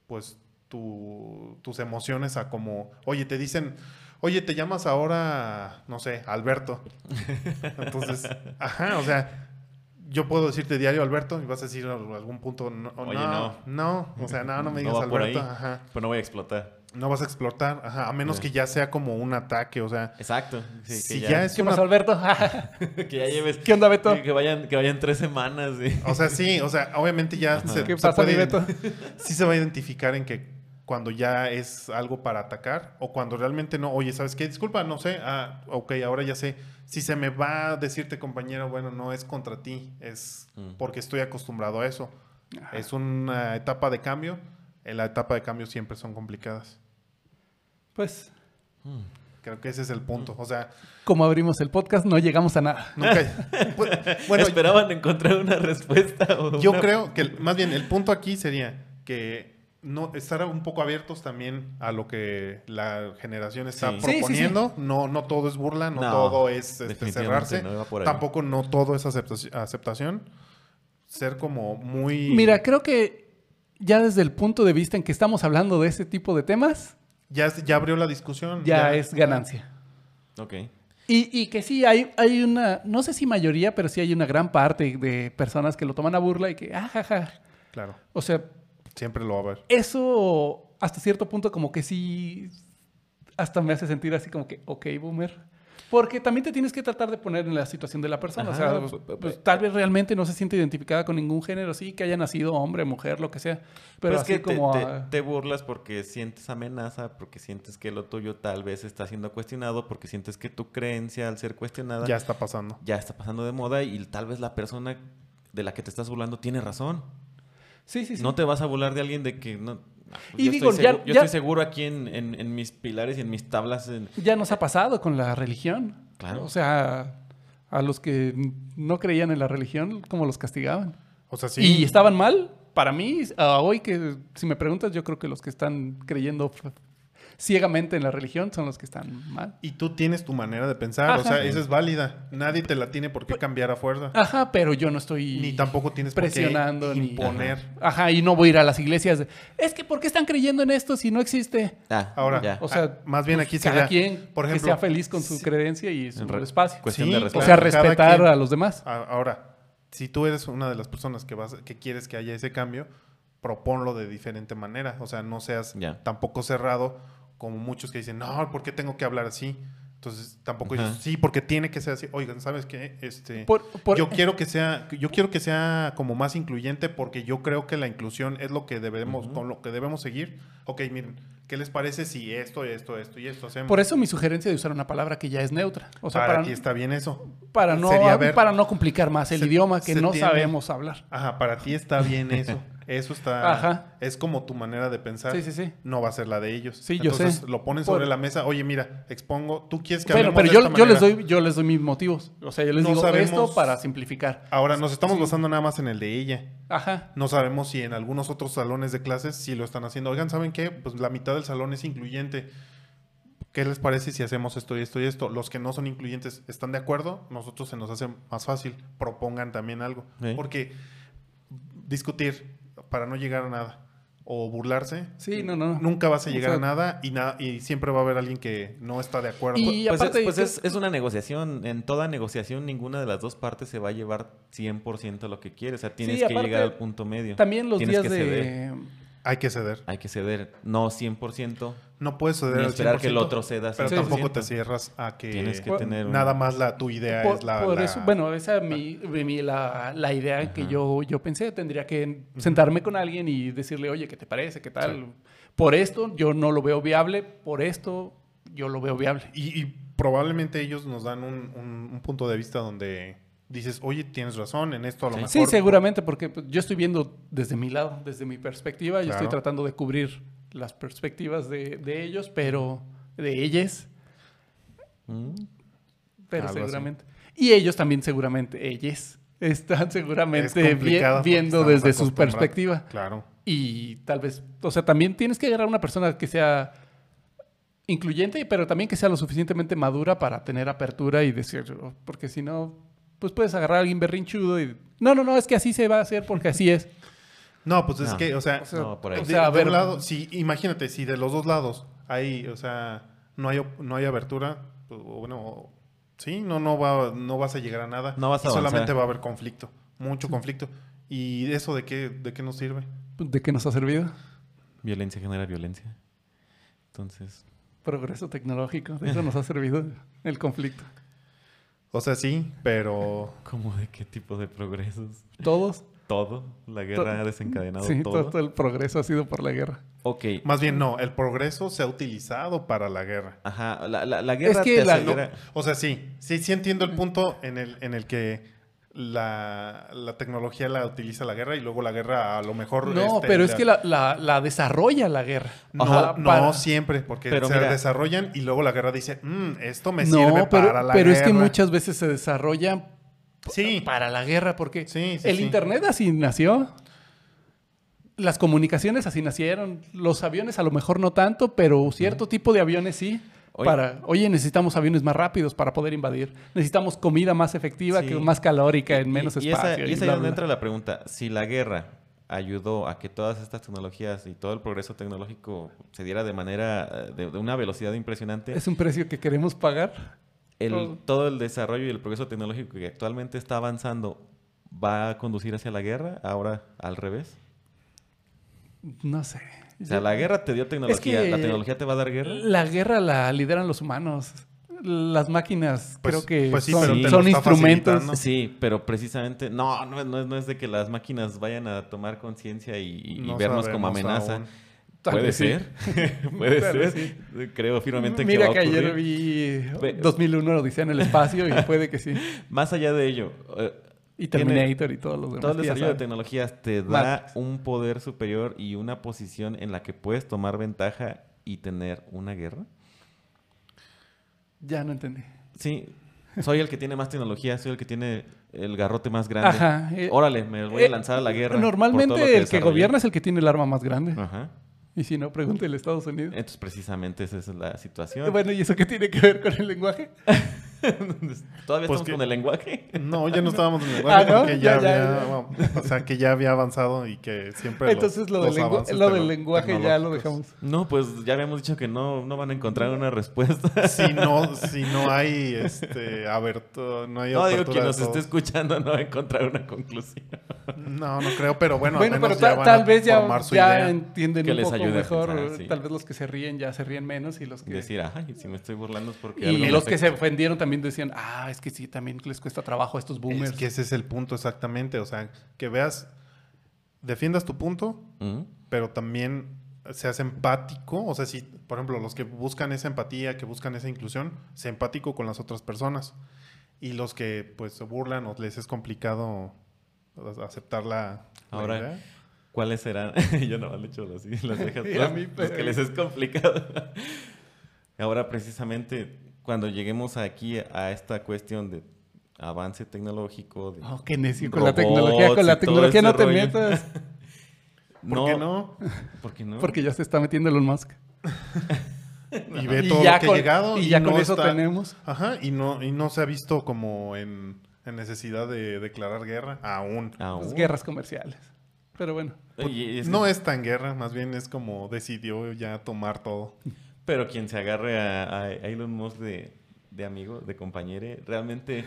pues tu- tus emociones a como, oye, te dicen, oye, te llamas ahora, no sé, Alberto. Entonces, ajá, o sea, yo puedo decirte diario Alberto y vas a decir en algún punto, no, Oye, no, no, o sea, no, no me No digas va por Alberto, ahí. ajá. Pero pues no voy a explotar. No vas a explotar, ajá, a menos Sí. que ya sea como un ataque, o sea, Exacto. Sí, si ya, ya, es ¿Qué una- pasó, Alberto? que ya lleves. ¿Qué onda, Beto? Que vayan, que vayan tres semanas. sí. o sea, sí, o sea, obviamente ya se, ¿Qué se pasa, mi puede- Beto? sí se va a identificar en que cuando ya es algo para atacar o cuando realmente no, oye, ¿sabes qué? Disculpa, no sé, ah, ok, ahora ya sé, si se me va a decirte compañero, bueno, no es contra ti, es Mm. porque estoy acostumbrado a eso. Es una etapa de cambio, en la etapa de cambio siempre son complicadas. Pues, Creo que ese es el punto, o sea, como abrimos el podcast, no llegamos a nada. nunca... pues, bueno, Esperaban encontrar una respuesta. o Yo una- creo que el- más bien el punto aquí sería que no estar un poco abiertos también a lo que la generación está Sí. Sí, sí, sí. proponiendo. No, no todo es burla, no, No, todo es este, definitivamente cerrarse. no iba por ahí. Tampoco no todo es aceptaci- aceptación. Ser como muy Mira, creo que ya desde el punto de vista en que estamos hablando de ese tipo de temas, ya, es- ya abrió la discusión. ya es ganancia. Ok. Y, y que sí, hay, hay una, no sé si mayoría, pero sí hay una gran parte de personas que lo toman a burla y que, ajaja. Claro, O sea, siempre lo va a haber. eso hasta cierto punto como que sí, hasta me hace sentir así como que, ok, boomer. Porque también te tienes que tratar de poner en la situación de la persona. Ajá, o sea, pues, pues, tal vez realmente no se siente identificada con ningún género, sí, que haya nacido hombre, mujer, lo que sea. Pero Pero es así que te- como... te, a- te burlas porque sientes amenaza, porque sientes que lo tuyo tal vez está siendo cuestionado, porque sientes que tu creencia al ser cuestionada Ya está pasando. ya está pasando de moda y tal vez la persona de la que te estás burlando tiene razón. Sí, sí, sí. No te vas a burlar de alguien de que no. Ah, pues Y yo digo, estoy ya- seguro, yo ya- estoy seguro aquí en, en- en mis pilares y en mis tablas. en- Ya nos ha pasado con la religión. Claro. O sea, a los que no creían en la religión, como los castigaban. O sea, sí. Y estaban mal. Para mí, a hoy que si me preguntas, yo creo que los que están creyendo f- ciegamente en la religión son los que están mal. Y tú tienes tu manera de pensar, o Ajá. Pues, sea, esa es válida. Nadie te la tiene por qué cambiar a fuerza. Ajá, pero yo no estoy Ni tampoco tienes por qué presionando ni imponer. Ajá, y no voy a ir a las iglesias. de, Es que ¿por qué están creyendo en esto si no existe? Ah, Ahora, ya. O sea, pues, Ah, más bien aquí cada sería, quien por que ejemplo, sea feliz con su creencia y su En re- espacio. cuestión Sí, de O respeto. sea, claro, cada respetar quien. a los demás. A- Ahora, si tú eres una de las personas que vas, que quieres que haya ese cambio, proponlo de diferente manera. O sea, no seas Ya. tampoco cerrado como muchos que dicen, no, ¿por qué tengo que hablar así? Entonces tampoco dices, Ajá. sí, porque tiene que ser así. Oigan, ¿sabes qué? Este, Por- por- e- yo quiero que sea, yo quiero que sea como más incluyente porque yo creo que la inclusión es lo que debemos, con lo que debemos seguir. Ok, miren, ¿qué les parece si esto, esto, esto y esto hacemos? Por eso mi sugerencia de usar una palabra que ya es neutra. O sea, para, para, ti está bien eso. para no, sería ver- para no complicar más el se- idioma que se no tiene- sabemos hablar. Ajá, para ti está bien eso. Eso está. Ajá. Es como tu manera de pensar. Sí, sí, sí. No va a ser la de ellos. Sí, yo sé. Entonces, lo ponen sobre Por- la mesa. Oye, mira, expongo. Tú quieres que Bueno, pero hablemos de yo, esta yo les manera? doy, yo les doy mis motivos. O sea, yo les No digo sabemos- esto para simplificar. Ahora, nos estamos basando nada más en el de ella. Ajá. No sabemos si en algunos otros salones de clases sí lo están haciendo. Oigan, ¿saben qué? Pues la mitad del salón es incluyente. ¿Qué les parece si hacemos esto y esto y esto? Los que no son incluyentes, ¿están de acuerdo? Nosotros se nos hace más fácil. Propongan también algo. Sí. Porque discutir para no llegar a nada o burlarse Sí, no, no. nunca vas a O llegar sea- a nada y, nada y siempre va a haber alguien que no está de acuerdo. Y pues, aparte- es, pues es- es una negociación. En toda negociación, ninguna de las dos partes se va a llevar 100% lo que quiere. O sea, tienes Sí, que aparte, llegar al punto medio. También los Tienes días que ceder. de... Hay que ceder. Hay que ceder. No 100%. No puedes ceder Ni al esperar que el 100%, otro ceda Pero 100%. tampoco te cierras a que, Tienes que Por- tener. un- nada más la, tu idea Por, es la... por la- eso, bueno, esa es mi, mi- la, la idea que Ajá. yo, yo pensé. Tendría que sentarme con alguien y decirle, oye, ¿qué te parece? ¿Qué tal? Por esto yo no lo veo viable, por esto yo lo veo viable. Y, y probablemente ellos nos dan un, un- un punto de vista donde dices, oye, tienes razón, en esto a lo mejor. Sí, seguramente, porque pues, yo estoy viendo desde mi lado, desde mi perspectiva, yo estoy Claro. tratando de cubrir las perspectivas de, de ellos, pero de ellas, Mm. pero Algo así. seguramente. Y ellos también seguramente, ellas, están seguramente Es complicado vi- porque viendo estamos desde su acostumbrados. perspectiva. Claro. Y tal vez, o sea, también tienes que agarrar a una persona que sea incluyente, pero también que sea lo suficientemente madura para tener apertura y decir, "Oh", porque si no, pues puedes agarrar a alguien berrinchudo y, no, no, no, es que así se va a hacer porque así es. No, pues es No. que, o sea, O sea, No, por ahí. de, o sea, a de ver, un lado, si, imagínate, si de los dos lados hay, o sea, no hay, op- no hay abertura, pues, o bueno, o- sí, no, no, va, no vas a llegar a nada. No vas a Y solamente avanzar. va a haber conflicto, mucho conflicto. ¿Y eso de qué, de qué nos sirve? Pues, ¿de qué nos ha servido? Violencia genera violencia. Entonces, Progreso tecnológico, de eso nos ha servido el conflicto. O sea, sí, pero ¿cómo de qué tipo de progresos? Todos, Todo. La guerra ha desencadenado sí, todo. todo, todo el progreso ha sido por la guerra. Ok. más bien no, el progreso se ha utilizado para la guerra. Ajá. La, la, la guerra que te la- acelera- O sea, sí, sí, sí entiendo el punto en el, en el que la, la tecnología la utiliza la guerra y luego la guerra a lo mejor... No, este, pero es le- que la, la- la desarrolla la guerra. No, Para- no para- siempre, porque Pero se mira. desarrollan y luego la guerra dice, "Mm, esto me no, sirve pero, para la pero guerra. es que muchas veces se desarrolla Sí, para la guerra, porque Sí, sí, el sí. Internet así nació. Las comunicaciones así nacieron. Los aviones a lo mejor no tanto, pero cierto tipo de aviones sí. Oye. Para, oye, necesitamos aviones más rápidos para poder invadir. Necesitamos comida más efectiva, Sí. que, más calórica, en Y- menos y, espacio. esa, y y es ahí bla, donde bla, entra bla. la pregunta. Si la guerra ayudó a que todas estas tecnologías y todo el progreso tecnológico se diera de manera, eh, de, de una velocidad impresionante, Es un precio que queremos pagar. el- todo. todo el desarrollo y el progreso tecnológico que actualmente está avanzando va a conducir hacia la guerra, ahora al revés. No sé. O sea, la guerra te dio tecnología, la que- tecnología te va a dar guerra. La guerra la lideran los humanos. Las máquinas Pues- creo que pues sí, son, pero te lo son está instrumentos. facilitando. Sí, pero precisamente, no, no, es- no es, no es de que las máquinas vayan a tomar conciencia y, y No vernos como sabemos amenaza. aún. Tal Puede vez sí. ser, puede Tal vez ser. Creo firmemente que Mira va a que ayer ocurrir. vi Ve- 2001 Odisea en el espacio y puede que sí. Más allá de ello, eh, Y Tiene- Terminator y todos los demás. todo el que ya desarrollo de saben. tecnologías te da Matrix. un poder superior y una posición en la que puedes tomar ventaja y tener una guerra. Ya no entendí. Sí, soy el que tiene más tecnología, soy el que tiene el garrote más grande. Ajá, eh, Órale, me voy a Eh, lanzar a la guerra. por todo Normalmente lo Ah. el que desarrollé. gobierna es el que tiene el arma más grande. Ajá. Y si no, pregúntele a Estados Unidos. Entonces, precisamente esa es la situación. Bueno, ¿y eso qué tiene que ver con el lenguaje? Todavía Pues estamos que- con el lenguaje. No, ya no estábamos en el lenguaje Ah, ¿no? porque Ya, ya, ya, había, bueno, o sea, que ya había avanzado y que siempre los- Entonces lo, del, los lengua- avances lo del tecno- lenguaje ya lo tecnológicos. dejamos. No, pues ya habíamos dicho que no, no van a encontrar una respuesta. Si no, si no hay este aberto, no hay No digo apertura que de nos esté todos. escuchando no va a encontrar una conclusión. No, no creo, pero bueno, al Bueno, menos pero ya ta- van a tal vez ya, formar su ya idea. entienden Que un les poco ayude a mejor. pensar, sí. Tal vez los que se ríen ya se ríen menos y los que... Decir, ay, si me estoy burlando es porque... algo Y me los que se afecta". ofendieron también decían, ah, es que sí, también les cuesta trabajo a estos boomers. Es que ese es el punto exactamente. O sea, que veas, defiendas tu punto, ¿Mm? pero también seas empático. O sea, si, por ejemplo, los que buscan esa empatía, que buscan esa inclusión, sea empático con las otras personas. Y los que, pues, se burlan o les es complicado a- aceptar la, la Ahora, idea. ¿Cuáles serán? Yo no le echo las, las cejas. Y a los- mí, los pues. que les es complicado. Ahora, precisamente, cuando lleguemos aquí a esta cuestión de avance tecnológico, de- Oh, qué necio, con la Este, Robots tecnología, con y la todo tecnología ese no te rollo. metas. ¿Por qué no? ¿Por qué no? Porque ya se está metiendo Elon Musk. Y ve todo ya lo que con, ha llegado. y ya no con eso está- tenemos. Ajá, y no, y no se ha visto como en, en necesidad de declarar guerra aún. Aún. Las guerras comerciales. Pero bueno, Oye, es- No es tan guerra, más bien es como decidió ya tomar todo. Pero quien se agarre a, a- a Elon Musk de, de amigo, de compañero, realmente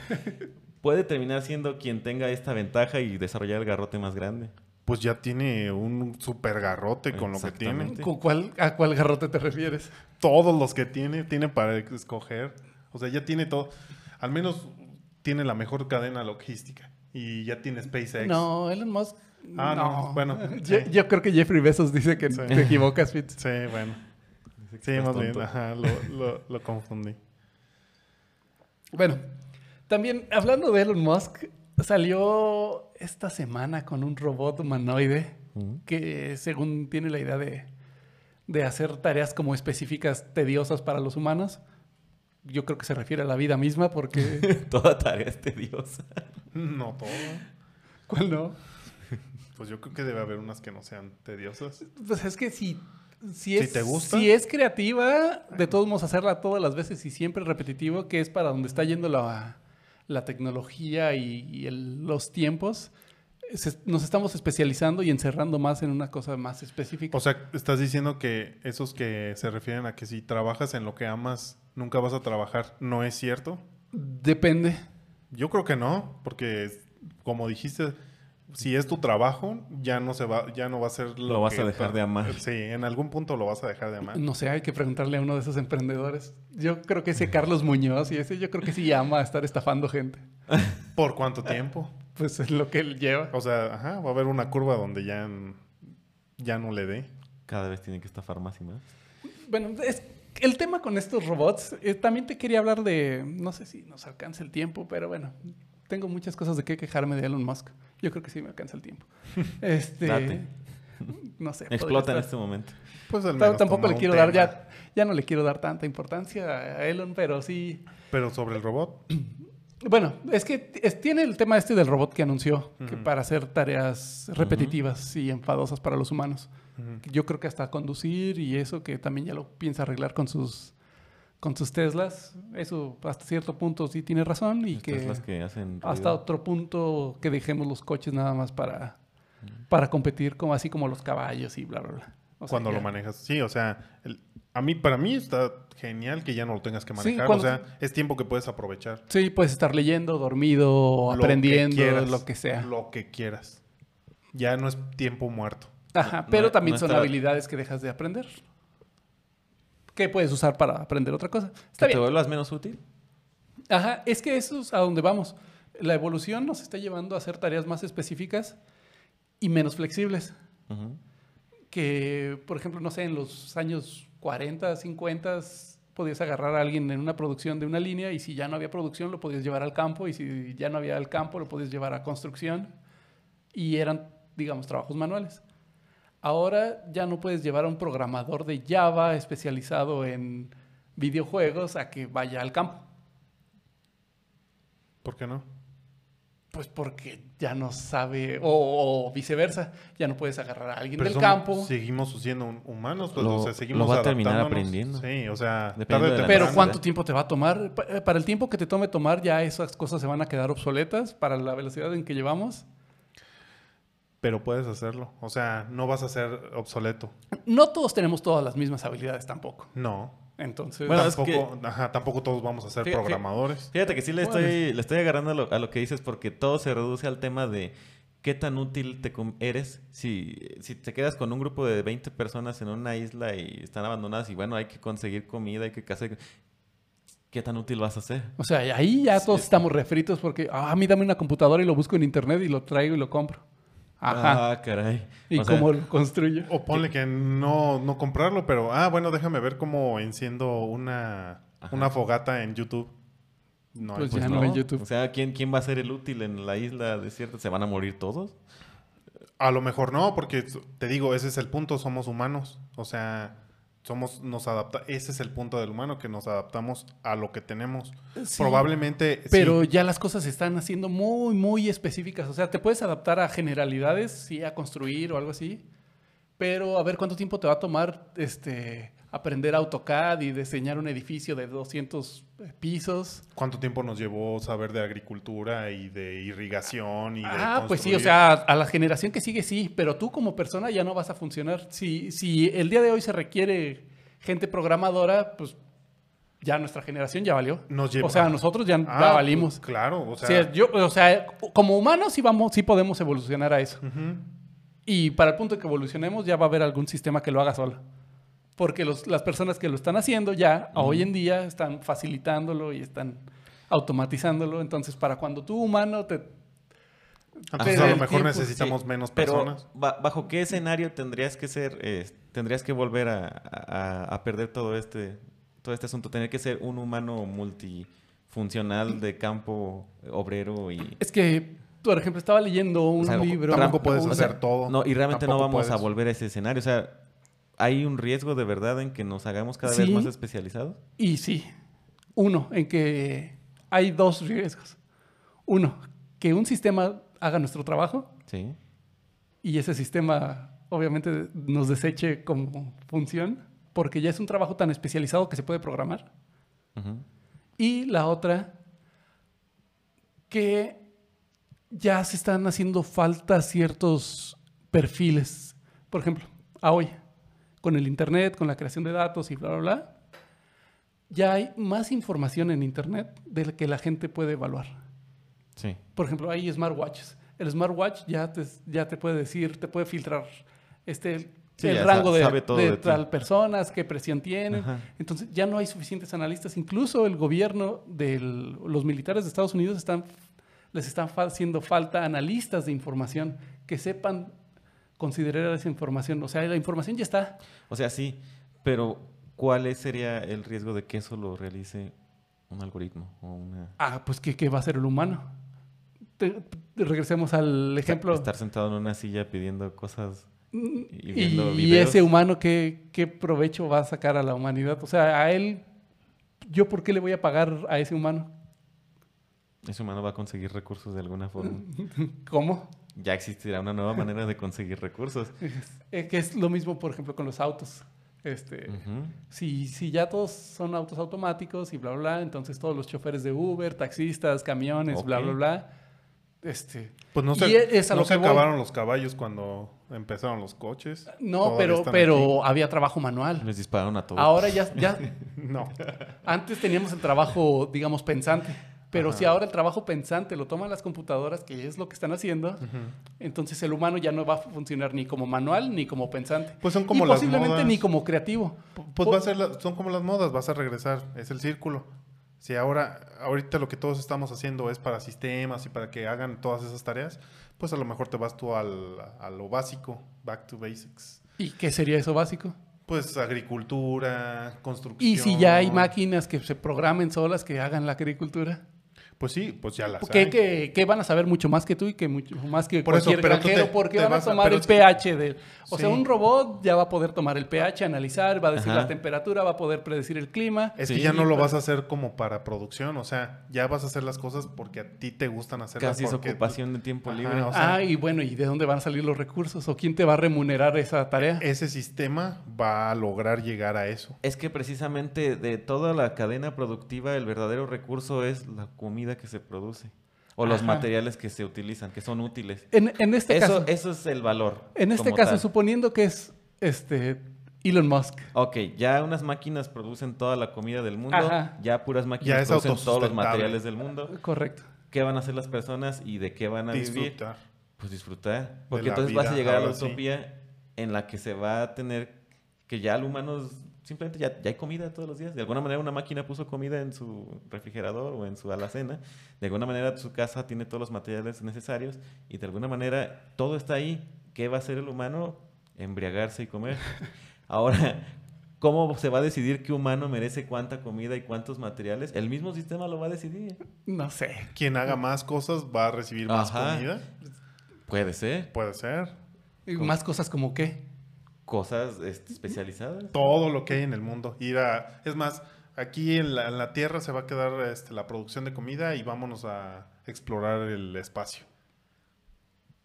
puede terminar siendo quien tenga esta ventaja y desarrollar el garrote más grande. Pues ya tiene un super garrote con lo que tiene. Exactamente. Sí. ¿con cuál, ¿a cuál garrote te refieres? Todos los que tiene, tiene para escoger. O sea, ya tiene todo. Al menos tiene la mejor cadena logística. Y ya tiene SpaceX. No, Elon Musk. Ah, no, bueno, Yo, sí. yo creo que Jeffrey Bezos dice que Sí. te equivocas, Fitz. Sí, bueno. Así que Sí, estás más bien, tonto. ajá, lo, lo- lo confundí. Bueno, también hablando de Elon Musk, salió esta semana con un robot humanoide Ujú. que según tiene la idea de, de hacer tareas como específicas tediosas para los humanos. Yo creo que se refiere a la vida misma porque... Toda tarea es tediosa. No todo. ¿Cuál no? Pues yo creo que debe haber unas que no sean tediosas. Pues es que si, si, Si es, te gusta. si es creativa, de todos modos hacerla todas las veces y siempre repetitivo, que es para donde está yendo la, la tecnología y, y el- los tiempos, se- nos estamos especializando y encerrando más en una cosa más específica. O sea, estás diciendo que esos que se refieren a que si trabajas en lo que amas, nunca vas a trabajar, ¿no es cierto? Depende. Yo creo que no, porque es- como dijiste, si es tu trabajo, ya no se va, ya no va a ser lo, Lo vas que a dejar tra- de amar. Sí, en algún punto lo vas a dejar de amar. No sé, hay que preguntarle a uno de esos emprendedores. Yo creo que ese Carlos Muñoz y ese yo creo que sí ama a estar estafando gente. ¿Por cuánto tiempo? Pues es lo que él lleva. O sea, ajá, va a haber una curva donde ya, n- ya no le dé. Cada vez tienen que estafar más y más. Bueno, es el tema con estos robots. eh, también te quería hablar de, no sé si nos alcanza el tiempo, pero bueno, tengo muchas cosas de qué quejarme de Elon Musk. Yo creo que sí me alcanza el tiempo. Este, Date. no sé. podría Explota en estar- este momento. Pues al Ta- menos Tampoco toma le un quiero dar tema. ya, ya no le quiero dar tanta importancia a Elon, pero sí. Pero sobre el robot, Bueno, es que t- es- tiene el tema este del robot que anunció, que para hacer tareas repetitivas y enfadosas para los humanos. Yo creo que hasta conducir y eso que también ya lo piensa arreglar con sus con sus Teslas, eso hasta cierto punto sí tiene razón y Estas que, las que hacen ruido. hasta otro punto que dejemos los coches nada más para para competir como así como los caballos y bla bla bla. O sea, cuando lo ya- manejas. Sí, o sea, el- a mí, para mí está genial que ya no lo tengas que Sí, manejar. o cuando- sea, es tiempo que puedes aprovechar. Sí, puedes estar leyendo, dormido, Lo que aprendiendo, quieras, lo que sea. Lo que quieras. Ya no es tiempo muerto. Ajá, No- pero no- también no son estaba- habilidades que dejas de aprender. Que puedes usar para aprender otra cosa. Está que te bien. vuelvas menos útil. Ajá, es que eso es a donde vamos. La evolución nos está llevando a hacer tareas más específicas y menos flexibles. Ujú. Que, por ejemplo, no sé, en los años 40, 50 podías agarrar a alguien en una producción de una línea y si ya no había producción lo podías llevar al campo y si ya no había al campo lo podías llevar a construcción y eran, digamos, trabajos manuales. Ahora ya no puedes llevar a un programador de Java especializado en videojuegos a que vaya al campo. ¿Por qué no? Pues porque ya no sabe, o, o viceversa, ya no puedes agarrar a alguien Pero del somos- campo. Seguimos siendo un- humanos, pues, Lo- o sea, seguimos lo va a terminar adaptándonos. aprendiendo. Sí, o sea, tarde o Dependiendo de la temprano. Pero Temprano, ¿cuánto ¿verdad? tiempo te va a tomar? Pa- eh, Para el tiempo que te tome tomar, ya esas cosas se van a quedar obsoletas para la velocidad en que llevamos. Pero puedes hacerlo. O sea, no vas a ser obsoleto. No todos tenemos todas las mismas habilidades tampoco. No. Entonces, Bueno, es tampoco, ajá, tampoco todos vamos a ser Fí- fí- programadores. Fíjate que sí le Bueno, estoy, le estoy agarrando a lo, a lo que dices porque todo se reduce al tema de qué tan útil te com- eres si, si te quedas con un grupo de 20 personas en una isla y están abandonadas y bueno, hay que conseguir comida, hay que hacer... ¿Qué tan útil vas a ser? o sea, ahí ya todos estamos refritos porque, ah, a mí dame una computadora y lo busco en internet y lo traigo y lo compro. Ajá. Ah, caray. ¿Y O sea, cómo lo construyo? O ponle que no, no comprarlo, pero ah, bueno, déjame ver cómo enciendo una, una fogata en YouTube. No, Pues pues ya no. no. en YouTube. O sea, ¿quién, ¿quién va a ser el útil en la isla desierta? ¿Se van a morir todos? A lo mejor no, porque s- te digo, ese es el punto, somos humanos. O sea, somos, nos adapta, ese es el punto del humano, que nos adaptamos a lo que tenemos. Sí, Probablemente sí, Pero ya las cosas se están haciendo muy, muy específicas. O sea, te puedes adaptar a generalidades, sí, a construir o algo así. Pero a ver cuánto tiempo te va a tomar este, aprender AutoCAD y diseñar un edificio de 200 pisos. cuánto tiempo nos llevó saber de agricultura y de irrigación y de Ah, pues sí, o construir? sea, a la generación que sigue sí, pero tú como persona ya no vas a funcionar. Si, si el día de hoy se requiere gente programadora, pues ya nuestra generación ya valió. Nos lleva- o sea, nosotros ya, Ah, ya valimos. pues, claro, o sea, O sea, yo, o sea, como humanos sí, vamos, sí podemos evolucionar a eso. ujú. Y para el punto de que evolucionemos ya va a haber algún sistema que lo haga solo. Porque los- las personas que lo están haciendo ya hoy en día están facilitándolo y están automatizándolo. Entonces, para cuando tú humano te Pero Ah, pues a lo el mejor tiempo, necesitamos Sí, menos pero personas. ba- ¿Bajo qué escenario tendrías que ser, eh, tendrías que volver a, a- a perder todo este, todo este asunto? Tener que ser un humano multifuncional de campo eh, obrero y... Es que, por ejemplo, estaba leyendo un O sea, libro. Tampoco Ram- puedes o sea, hacer todo. No, y realmente no Tampoco vamos a puedes. volver a ese escenario. O sea, ¿hay un riesgo de verdad en que nos hagamos cada vez Sí. más especializados? Y sí. Uno, en que hay dos riesgos. Uno, que un sistema haga nuestro trabajo Sí. y ese sistema obviamente nos deseche como función, porque ya es un trabajo tan especializado que se puede programar. Ujú. Y la otra, que ya se están haciendo falta ciertos perfiles. Por ejemplo, a hoy, con el Internet, con la creación de datos y bla, bla, bla, ya hay más información en Internet de la que la gente puede evaluar. Sí. Por ejemplo, hay smartwatches. El smartwatch ya te, ya te puede decir, te puede filtrar este, el- Sí, el ya rango sa- de, sabe todo de de ti. tal personas, qué presión tienen. Ajá. Entonces ya no hay suficientes analistas. Incluso el gobierno de los militares de Estados Unidos están, les están fa- haciendo falta analistas de información que sepan considerar esa información. O sea, la información ya está. O sea, sí, pero ¿cuál es- sería el riesgo de que eso lo realice un algoritmo o una... Ah, pues ¿qué, qué va a hacer el humano? Te- te- regresemos al ejemplo. Estar sentado en una silla pidiendo cosas. y Y, viendo y videos. ese humano, ¿qué, ¿qué provecho va a sacar a la humanidad? O sea, a él, ¿yo por qué le voy a pagar a ese humano? Ese humano va a conseguir recursos de alguna forma. ¿Cómo? Ya existirá una nueva manera de conseguir recursos. Eh, que es lo mismo, por ejemplo, con los autos. Este, Ujú. si, si ya todos son autos automáticos y bla, bla, bla, entonces todos los choferes de Uber, taxistas, camiones, bla, Ok. bla, bla, este, Pues no y se, es a no lo se que voy. acabaron los caballos cuando empezaron los coches. no, Todavía pero, están pero había trabajo manual. Les dispararon a todos. Ahora ya, ya, aquí. No. Antes teníamos el trabajo, digamos, pensante. Pero si ahora el trabajo pensante lo toman las computadoras, que es lo que están haciendo, entonces el humano ya no va a funcionar ni como manual ni como pensante. Pues son como y las posiblemente modas. ni como creativo. Pues va a ser la- son como las modas, vas a regresar, es el círculo. Si ahora, ahorita lo que todos estamos haciendo es para sistemas y para que hagan todas esas tareas, pues a lo mejor te vas tú al, a lo básico, back to basics. ¿Y qué sería eso básico? Pues agricultura, construcción. Y si ya hay máquinas que se programen solas que hagan la agricultura, Pues sí, pues ya las ¿qué, hay. qué, qué van a saber mucho más que tú y que mucho más que Por eso, cualquier pero tú granjero? te- porque te van a vas a- tomar pero el es que- pH de... O sea, Sí. un robot ya va a poder tomar el pH, analizar, va a decir Ajá. la temperatura, va a poder predecir el clima. Es Sí, que ya no lo pero- vas a hacer como para producción, o sea, ya vas a hacer las cosas porque a ti te gustan hacerlas. Casi es porque- ocupación de tiempo Ajá, libre. o sea, ah, y bueno, ¿y de dónde van a salir los recursos? ¿O quién te va a remunerar esa tarea? Eh, Ese sistema va a lograr llegar a eso. Es que precisamente de toda la cadena productiva el verdadero recurso es la comida que se produce o los Ajá. materiales que se utilizan, que son útiles. En, en este eso, caso, eso es el valor. en este como caso tal. suponiendo que es este Elon Musk. Ok, ya unas máquinas producen toda la comida del mundo, Ajá. ya puras Ya máquinas es producen todos los autosustentable. materiales del mundo. Correcto. ¿Qué van a hacer las personas y de qué van a vivir? Disfrutar. Pues disfrutar. Porque la entonces vas a vida, llegar a la ahora sí. utopía en la que se va a tener que ya el humano es- simplemente ya, ya hay comida todos los días. De alguna manera una máquina puso comida en su refrigerador o en su alacena. De alguna manera su casa tiene todos los materiales necesarios y de alguna manera todo está ahí. ¿Qué va a hacer el humano? Embriagarse y comer. Ahora, ¿cómo se va a decidir qué humano merece cuánta comida y cuántos materiales? El mismo sistema lo va a decidir. No sé. Quien haga más cosas va a recibir más Ajá. comida. Puede ser. Puede ser. Y Más cosas como qué. Cosas este, especializadas. Todo lo que hay en el mundo. Ir a- Es más, aquí en la, en la Tierra se va a quedar este, la producción de comida y vámonos a explorar el espacio.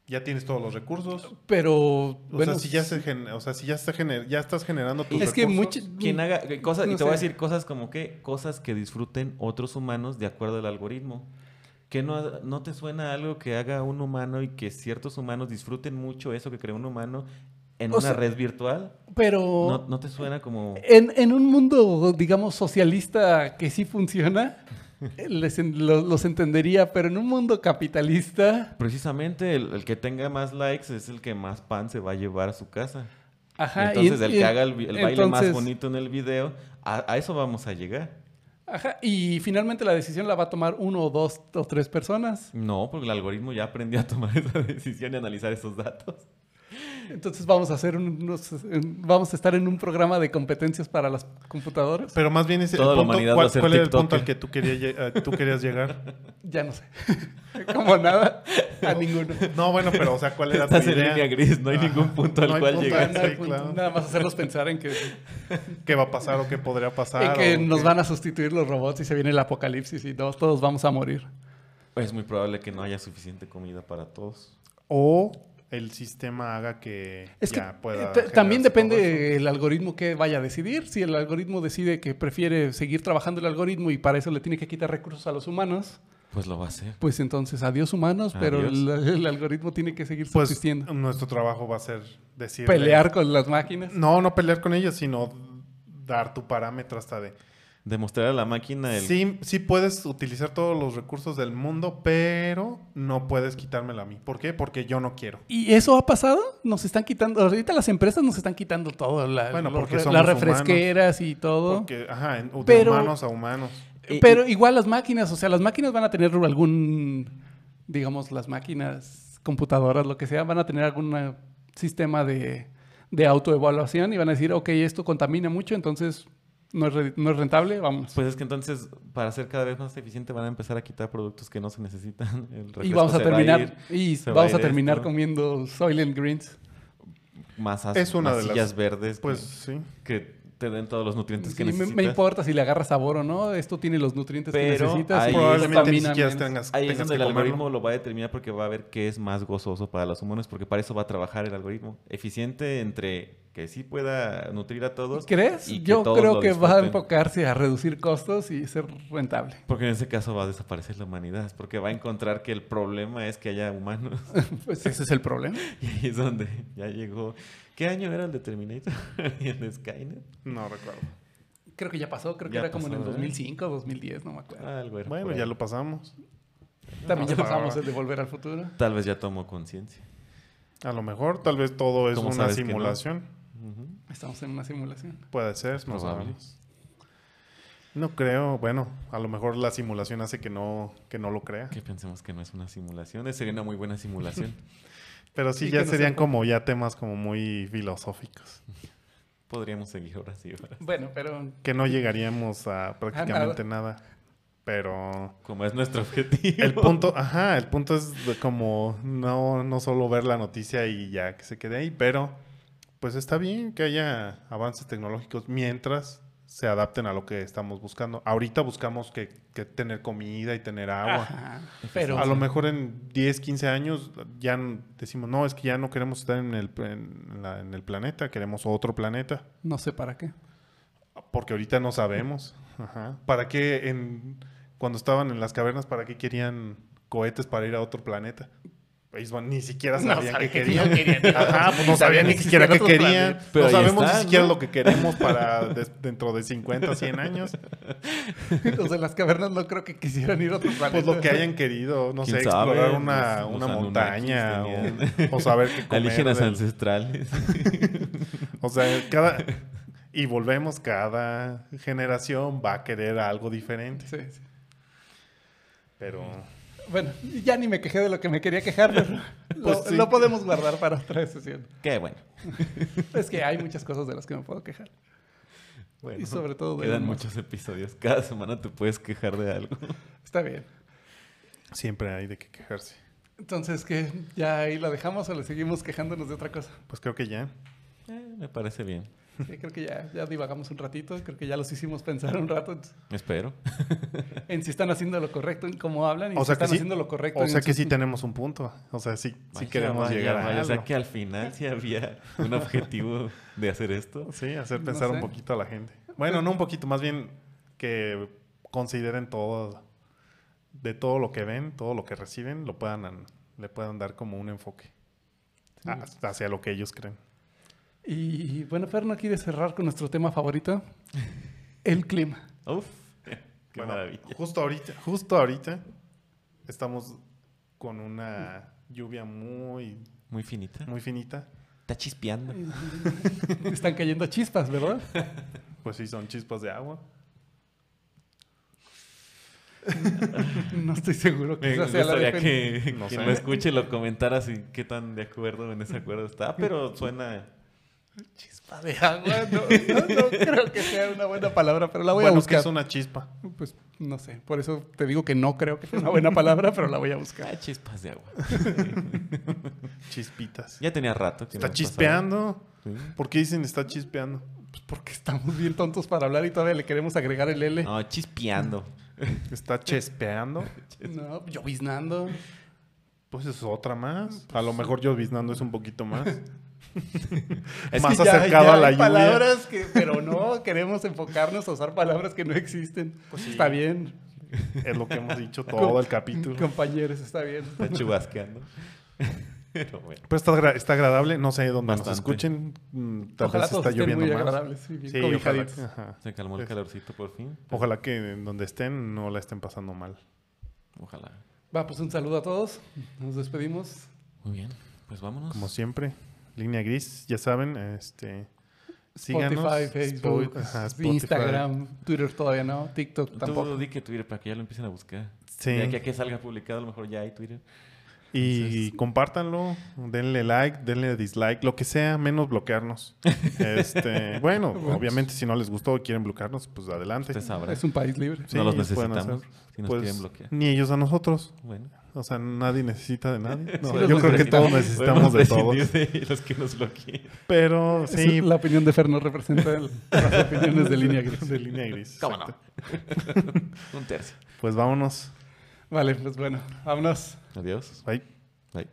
Ya tienes todos los recursos. O Pero sea, si ya, se gen- o sea, si ya, se gener- ya estás generando tus es que recursos, mucho- Quien haga que cosas, y No te voy a sé. decir cosas como que, cosas que disfruten otros humanos de acuerdo al algoritmo. Que no, no te suena algo que haga un humano y que ciertos humanos disfruten mucho eso que crea un humano en O una sea, red virtual. Pero No, no te suena como. en, en un mundo, digamos, socialista que sí funciona, les en- lo- los entendería, pero en un mundo capitalista, Precisamente el, el que tenga más likes es el que más pan se va a llevar a su casa. ajá. y entonces, en- el y que haga el, vi- el baile más entonces- bonito en el video, a, a eso vamos a llegar. Ajá, y finalmente la decisión la va a tomar uno o dos o tres personas. No, porque el algoritmo ya aprendió a tomar esa decisión y analizar esos datos. Entonces vamos a hacer unos, en- vamos a estar en un programa de competencias para las computadoras. Pero más bien ese el Toda la punto, humanidad va ¿cuál, a ser cuál era el TikToker. punto al que tú, querías lle- eh, tú querías llegar? Ya no sé. Como nada, a ninguno. No, bueno, pero o sea, ¿cuál era tu Estás en idea? línea gris, no hay Ajá. ningún punto al No hay cual punto. llegar. sí, Nada, claro. nada más hacerlos pensar en que, ¿Qué va a pasar o qué podría pasar? en que o nos qué? van a sustituir los robots y se viene el apocalipsis y todos, todos vamos a morir. Es muy probable que no haya suficiente comida para todos. O el sistema haga que Es que ya pueda. eh, ta- también generarse todo eso. depende el algoritmo que vaya a decidir. Si el algoritmo decide que prefiere seguir trabajando el algoritmo y para eso le tiene que quitar recursos a los humanos, Pues lo va a hacer. pues entonces adiós humanos, pero Adiós. el, el algoritmo tiene que seguir Pues subsistiendo. nuestro trabajo va a ser decir. Pelear con las máquinas. No, no pelear con ellos, sino dar tu parámetro hasta de. Demostrar a la máquina el... Sí, sí puedes utilizar todos los recursos del mundo, pero no puedes quitármelo a mí. ¿Por qué? Porque yo no quiero. ¿Y eso ha pasado? Nos están quitando, ahorita las empresas nos están quitando todo, la- Bueno, los porque re- somos las refresqueras y todo. Porque, eh, ajá, en- de Pero- humanos a humanos. Y- Pero igual las máquinas, o sea, las máquinas van a tener algún, digamos, las máquinas, computadoras, lo que sea, van a tener algún eh, sistema de, de autoevaluación y van a decir, ok, esto contamina mucho, entonces no es, re- no es rentable, vamos. Pues es que entonces, para ser cada vez más eficiente, van a empezar a quitar productos que no se necesitan. El Y refresco vamos a se va terminar, ir y se va vamos a a, ir terminar esto. comiendo Soylent Greens. masas, Es una de las- masillas verdes que- Pues sí. que, te den todos los nutrientes Sí, que me, necesitas. me importa si le agarra sabor o no, esto tiene los nutrientes que Pero necesitas. ahí y Probablemente ni contamina siquiera menos. tengas, Ahí es tengas donde que el comerlo. algoritmo lo va a determinar porque va a ver qué es más gozoso para los humanos, porque para eso va a trabajar el algoritmo. Eficiente entre que sí pueda nutrir a todos. ¿Crees? y que Yo todos creo lo que va a disfruten. enfocarse a reducir costos y ser rentable. Porque en ese caso va a desaparecer la humanidad, porque va a encontrar que el problema es que haya humanos. Pues ese es el problema. y ahí es donde ya llegó. ¿Qué año era el de Terminator? y el de Skynet. No recuerdo. Creo que ya pasó, creo que Ya era como en el pasó, ¿eh? Ah, 2005 2010, no me acuerdo. Algo era Bueno, por ya ahí. lo pasamos. También ya no, pasamos no. el de Volver al Futuro. Tal vez ya tomó conciencia. A lo mejor, tal vez todo es ¿Cómo una sabes que no? simulación. Ujú. Estamos en una simulación. Puede ser, no Probable. sabemos. No creo, bueno, a lo mejor la simulación hace que no, que no lo crea. Que pensemos que no es una simulación. Esa Sería una muy buena simulación. Pero sí, Sí, ya que no serían sea- como ya temas como muy filosóficos. Podríamos seguir horas y horas. Bueno, pero Que no llegaríamos a prácticamente nada. Pero Como es nuestro objetivo. el punto, ajá, el punto es de como no, no solo ver la noticia y ya que se quede ahí, pero pues está bien que haya avances tecnológicos mientras se adapten a lo que estamos buscando. Ahorita buscamos que, que tener comida y tener agua. Ajá, pero A lo mejor en 10, 15 años ya n- decimos, no, es que ya no queremos estar en el, en la- en el planeta, queremos otro planeta. no sé para qué. Porque ahorita no sabemos. Ajá. ¿Para qué en, cuando estaban en las cavernas, para qué querían cohetes para ir a otro planeta? Ellos van- ni siquiera No sabían sabía qué que querían. querían. Ajá, pues no Ni sabían sabían ni que siquiera qué existían otros querían. planetas. Pero no ahí sabemos están, ni siquiera ¿no? lo que queremos para des- dentro de 50, 100 años. Los de las cavernas no creo que quisieran ir a otro planeta. Pues lo que hayan querido, no sé, ¿Quién sabe? Pues, explorar una, Los- los una Anunnakis montaña tenían- o, o saber qué comer. Alienígenas del- ancestrales. O sea, cada. Y volvemos, cada generación va a querer algo diferente. Sí, sí. Pero. Bueno, ya ni me quejé de lo que me quería quejar, pero lo, Pues sí. lo podemos guardar para otra sesión. Qué bueno. Es que hay muchas cosas de las que me puedo quejar. Bueno, Y sobre todo de Quedan Elon muchos episodios. Cada semana te puedes quejar de algo. Está bien. Siempre hay de qué quejarse. Entonces, ¿qué? ¿Ya ahí la dejamos o le seguimos quejándonos de otra cosa? Pues creo que ya. Eh, me parece bien. Sí, creo que ya, ya divagamos un ratito, creo que ya los hicimos pensar un rato. Espero. en si están haciendo lo correcto, en cómo hablan, y O si sea que están sí. haciendo lo correcto. O en sea que sus- sí tenemos un punto. O sea, sí, sí Vaya, queremos vaya, llegar a vaya. O sea algo. que al final sí había un objetivo de hacer esto. Sí, hacer No pensar sé. un poquito a la gente. Bueno, no un poquito, más bien que consideren todo. De todo lo que ven, todo lo que reciben, lo puedan, le puedan dar como un enfoque a- hacia lo que ellos creen. Y bueno, Fer, ¿no quiere cerrar con nuestro tema favorito? El clima. Uf. Qué Bueno, maravilla. Justo ahorita, justo ahorita estamos con una lluvia muy, Muy finita. muy finita. Está chispeando. Están cayendo chispas, ¿verdad? Pues sí, son chispas de agua. No estoy seguro que Me esa sea la gustaría defensa. que No quien sé. lo escuche y lo comentara así qué tan de acuerdo en ese acuerdo está, pero suena Chispa de agua. No, no, no creo que sea una buena palabra, pero la voy bueno, a es que buscar. es una chispa. Pues no sé. Por eso te digo que no creo que sea una buena palabra, pero la voy a buscar. ah, chispas de agua. Chispitas. ya tenía rato que no Está pasaba. chispeando. Sí. ¿Por qué dicen está chispeando? Pues porque estamos bien tontos para hablar y todavía le queremos agregar el L. No, chispeando. ¿Está chespeando? No, lloviznando. Pues es otra más. pues A lo mejor yo biznando es un poquito más. Es más que ya- acercado ya a la hay lluvia. palabras que, pero no, queremos enfocarnos a usar palabras que no existen. Pues Está bien, Es lo que hemos dicho todo el capítulo. compañeros, está bien. Está chubasqueando. Pero bueno. Pero está, agra- está agradable. No sé dónde Bastante. nos escuchen. mm, Tal Ojalá vez todos está estén lloviendo muy más. agradables y bien Sí, ojalá, cobijaditos. ajá. Se calmó el Pues- calorcito por fin. Ojalá que en donde estén no la estén pasando mal. Ojalá. Va, pues un saludo a todos. Nos despedimos. Muy bien. Pues vámonos. Como siempre, línea gris, ya saben, este síganos. Spotify, Facebook, Spo- ajá, Spotify. Instagram, Twitter todavía no, TikTok Tú tampoco. di que Twitter para que ya lo empiecen a buscar. Sí. Ya que, que salga publicado, a lo mejor ya hay Twitter. Y compártanlo, denle like, denle dislike, lo que sea, menos bloquearnos. Este, bueno, obviamente si no les gustó o quieren bloquearnos, pues adelante. Usted sabrá. Es un país libre. Sí, no los pueden necesitamos. hacer. Si nos Pues, quieren bloquear. Ni ellos a nosotros. Bueno. O sea, nadie necesita de nadie. No, Sí, yo los creo que todos necesitamos. necesitamos de todos. Podemos prescindir de los que nos bloqueen. Pero Es sí, La opinión de Fer no representa el- las opiniones de línea gris. pues, de línea gris. ¿Cómo no? exacto. Un tercio. Pues vámonos. Vale, pues bueno, vámonos. Adiós. Bye. Bye.